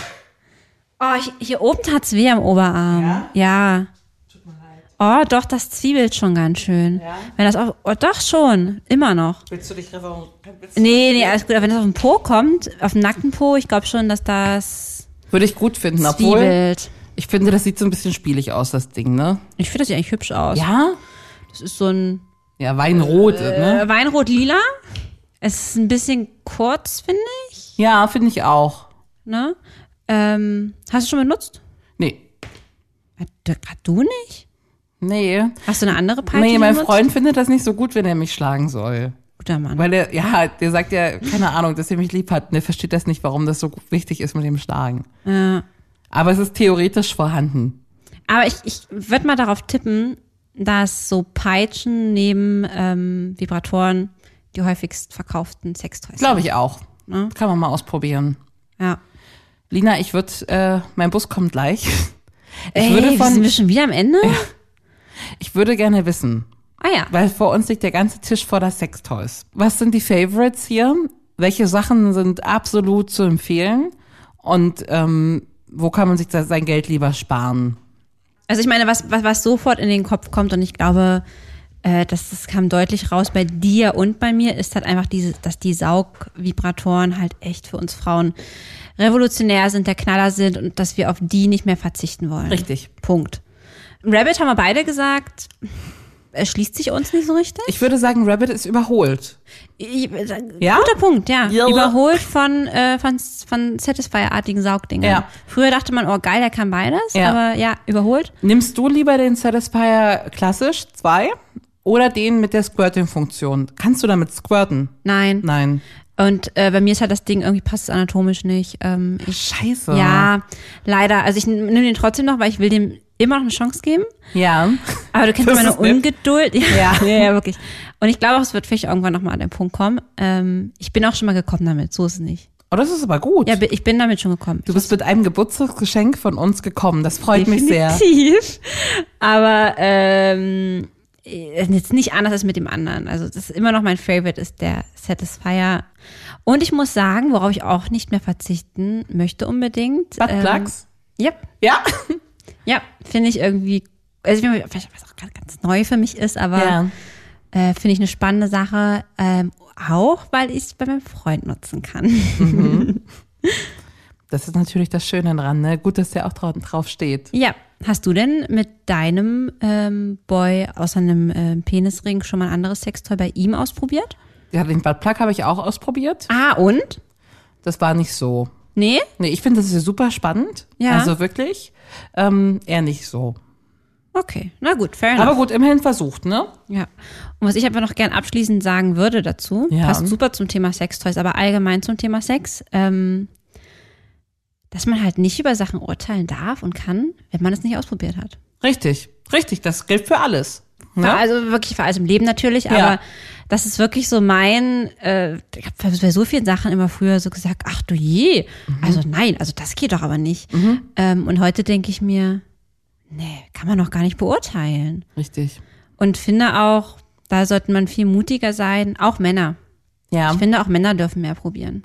Speaker 3: Oh, ich, hier oben tat's weh am Oberarm. Ja. Tut mir leid. Oh, doch, das zwiebelt schon ganz schön. Ja. Wenn das auf, oh, doch schon, immer noch.
Speaker 2: Willst du dich revanchieren?
Speaker 3: Nee, nee, alles gut. Aber wenn das auf den Po kommt, auf den nackten Po, ich glaube schon, dass das
Speaker 2: Würde ich gut finden, obwohl
Speaker 3: zwiebelt.
Speaker 2: ich finde, das sieht so ein bisschen spielig aus, das Ding, ne?
Speaker 3: Ich finde das sieht eigentlich hübsch aus.
Speaker 2: Ja?
Speaker 3: Das ist so ein
Speaker 2: Ja, Weinrot, ne?
Speaker 3: äh, Weinrot-Lila. Es ist ein bisschen kurz, finde ich.
Speaker 2: Ja, finde ich auch.
Speaker 3: Ne? Ähm, hast du schon benutzt?
Speaker 2: Nee.
Speaker 3: Gerade du nicht?
Speaker 2: Nee.
Speaker 3: Hast du eine andere Peitsche?
Speaker 2: Nee, mein
Speaker 3: benutzt?
Speaker 2: Freund findet das nicht so gut, wenn er mich schlagen soll.
Speaker 3: guter Mann.
Speaker 2: Weil der, ja, der sagt ja, keine Ahnung, dass er mich lieb hat. Und er versteht das nicht, warum das so wichtig ist mit dem Schlagen.
Speaker 3: Ja.
Speaker 2: Aber es ist theoretisch vorhanden.
Speaker 3: Aber ich, ich würde mal darauf tippen, dass so Peitschen neben ähm, Vibratoren die häufigst verkauften Sextoys
Speaker 2: Glaube ich auch.
Speaker 3: Ja.
Speaker 2: Kann man mal ausprobieren.
Speaker 3: sind. Ja.
Speaker 2: Lina, ich würde, äh, mein Bus kommt gleich. Ich
Speaker 3: Ey,
Speaker 2: würde
Speaker 3: wir
Speaker 2: von,
Speaker 3: sind wir schon wieder am Ende?
Speaker 2: ich würde gerne wissen,
Speaker 3: Ah ja.
Speaker 2: weil vor uns liegt der ganze Tisch voller Sextoys. Was sind die Favorites hier? Welche Sachen sind absolut zu empfehlen? Und ähm, wo kann man sich da sein Geld lieber sparen?
Speaker 3: Also ich meine, was, was, was sofort in den Kopf kommt und ich glaube, äh, das, das kam deutlich raus bei dir und bei mir, ist halt einfach diese, dass die Saugvibratoren halt echt für uns Frauen revolutionär sind, der Knaller sind und dass wir auf die nicht mehr verzichten wollen.
Speaker 2: Richtig.
Speaker 3: Punkt. Rabbit haben wir beide gesagt, erschließt sich uns nicht so richtig.
Speaker 2: Ich würde sagen, Rabbit ist überholt.
Speaker 3: Ich- äh,
Speaker 2: Ja?
Speaker 3: Guter Punkt, ja.
Speaker 2: Ja.
Speaker 3: Überholt von, äh, von, von Satisfier-artigen Saugdingern.
Speaker 2: Ja.
Speaker 3: Früher dachte man, oh geil, der kann beides,
Speaker 2: Ja.
Speaker 3: aber ja, überholt.
Speaker 2: Nimmst du lieber den Satisfier Klassisch 2 oder den mit der Squirting-Funktion? Kannst du damit squirten?
Speaker 3: Nein.
Speaker 2: Nein.
Speaker 3: Und äh, bei mir ist halt das Ding, irgendwie passt es anatomisch nicht. Ähm, ich,
Speaker 2: Scheiße.
Speaker 3: Ja, leider. Also ich nehme den trotzdem noch, weil ich will dem immer noch eine Chance geben.
Speaker 2: Ja.
Speaker 3: Aber du kennst
Speaker 2: Das
Speaker 3: meine
Speaker 2: ist nett.
Speaker 3: Ungeduld. Ja. ja, ja, wirklich. Und ich glaube auch, es wird vielleicht irgendwann nochmal an den Punkt kommen. Ähm, ich bin auch schon mal gekommen damit, so ist es nicht.
Speaker 2: Oh, das ist aber gut.
Speaker 3: Ja, bi- ich bin damit schon gekommen.
Speaker 2: du bist mit einem Geburtstagsgeschenk von uns gekommen. Das freut mich sehr.
Speaker 3: Definitiv. Aber ähm, jetzt nicht anders als mit dem anderen. Also das ist immer noch mein Favorite, ist der Satisfier. Und ich muss sagen, worauf ich auch nicht mehr verzichten möchte unbedingt.
Speaker 2: Buttplugs?
Speaker 3: Ähm, yep,
Speaker 2: ja.
Speaker 3: ja, finde ich irgendwie, also ich bin, vielleicht was auch gerade ganz neu für mich ist, aber
Speaker 2: Ja.
Speaker 3: äh, finde ich eine spannende Sache. Ähm, auch, weil ich es bei meinem Freund nutzen kann.
Speaker 2: Das ist natürlich das Schöne dran, ne? Gut, dass der auch drau- drauf steht.
Speaker 3: Ja. Hast du denn mit deinem ähm, Boy außer einem ähm, Penisring schon mal ein anderes Sextoy bei ihm ausprobiert?
Speaker 2: Ja, den Buttplug habe ich auch ausprobiert.
Speaker 3: Ah, und?
Speaker 2: Das war nicht so.
Speaker 3: Nee?
Speaker 2: Nee, ich finde das ist super spannend.
Speaker 3: Ja.
Speaker 2: Also wirklich. Ähm, eher nicht so.
Speaker 3: Okay, na gut, fair enough.
Speaker 2: Aber gut, immerhin versucht, ne?
Speaker 3: ja. Und was ich aber noch gern abschließend sagen würde dazu,
Speaker 2: Ja.
Speaker 3: passt super zum Thema Sextoys, aber allgemein zum Thema Sex, ähm, dass man halt nicht über Sachen urteilen darf und kann, wenn man es nicht ausprobiert hat.
Speaker 2: Richtig. Richtig, das gilt für alles. Ne?
Speaker 3: Für- Also wirklich für alles im Leben natürlich, aber
Speaker 2: Ja.
Speaker 3: das ist wirklich so mein, äh, ich habe bei so vielen Sachen immer früher so gesagt, ach du je,
Speaker 2: Mhm.
Speaker 3: also nein, also das geht doch aber nicht. Ähm, und heute denke ich mir, nee, kann man doch gar nicht beurteilen.
Speaker 2: Richtig.
Speaker 3: Und finde auch, da sollte man viel mutiger sein, auch Männer.
Speaker 2: Ja.
Speaker 3: Ich finde, auch Männer dürfen mehr probieren.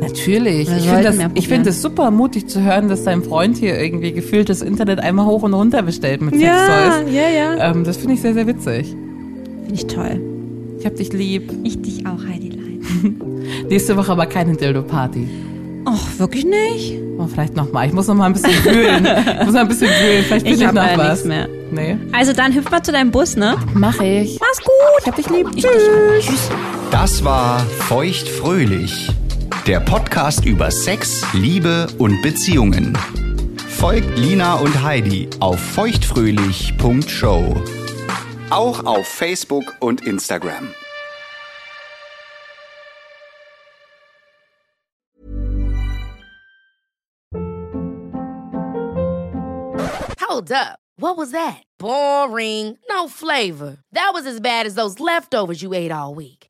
Speaker 2: Natürlich.
Speaker 3: Wir
Speaker 2: Ich
Speaker 3: sollten
Speaker 2: finde das,
Speaker 3: mehr
Speaker 2: ich
Speaker 3: probieren.
Speaker 2: find das super mutig zu hören, dass dein Freund hier irgendwie gefühlt das Internet einmal hoch und runter bestellt mit Sextoys.
Speaker 3: ja, ja.
Speaker 2: Ähm, das finde ich sehr, sehr witzig.
Speaker 3: Finde ich toll.
Speaker 2: Ich hab dich lieb.
Speaker 3: Ich dich auch, Heidi Lein.
Speaker 2: Nächste Woche aber keine Dildo-Party.
Speaker 3: Och, wirklich nicht?
Speaker 2: Oh, vielleicht nochmal. Ich muss noch mal ein bisschen wühlen. Ich muss noch ein bisschen wühlen. Vielleicht
Speaker 3: Ich
Speaker 2: finde ich,
Speaker 3: hab
Speaker 2: noch
Speaker 3: leider
Speaker 2: was.
Speaker 3: nichts mehr.
Speaker 2: Nee.
Speaker 3: Also dann hüpf mal zu deinem Bus, ne?
Speaker 2: Mach ich.
Speaker 3: Mach's gut.
Speaker 2: Ich hab dich lieb.
Speaker 3: Ich dich auch.
Speaker 4: Das war Feuchtfröhlich, der Podcast über Sex, Liebe und Beziehungen. Folgt Lina und Heidi auf feuchtfröhlich.show. Auch auf Facebook und Instagram.
Speaker 1: Hold up. What was that? Boring. No flavor. That was as bad as those leftovers you ate all week.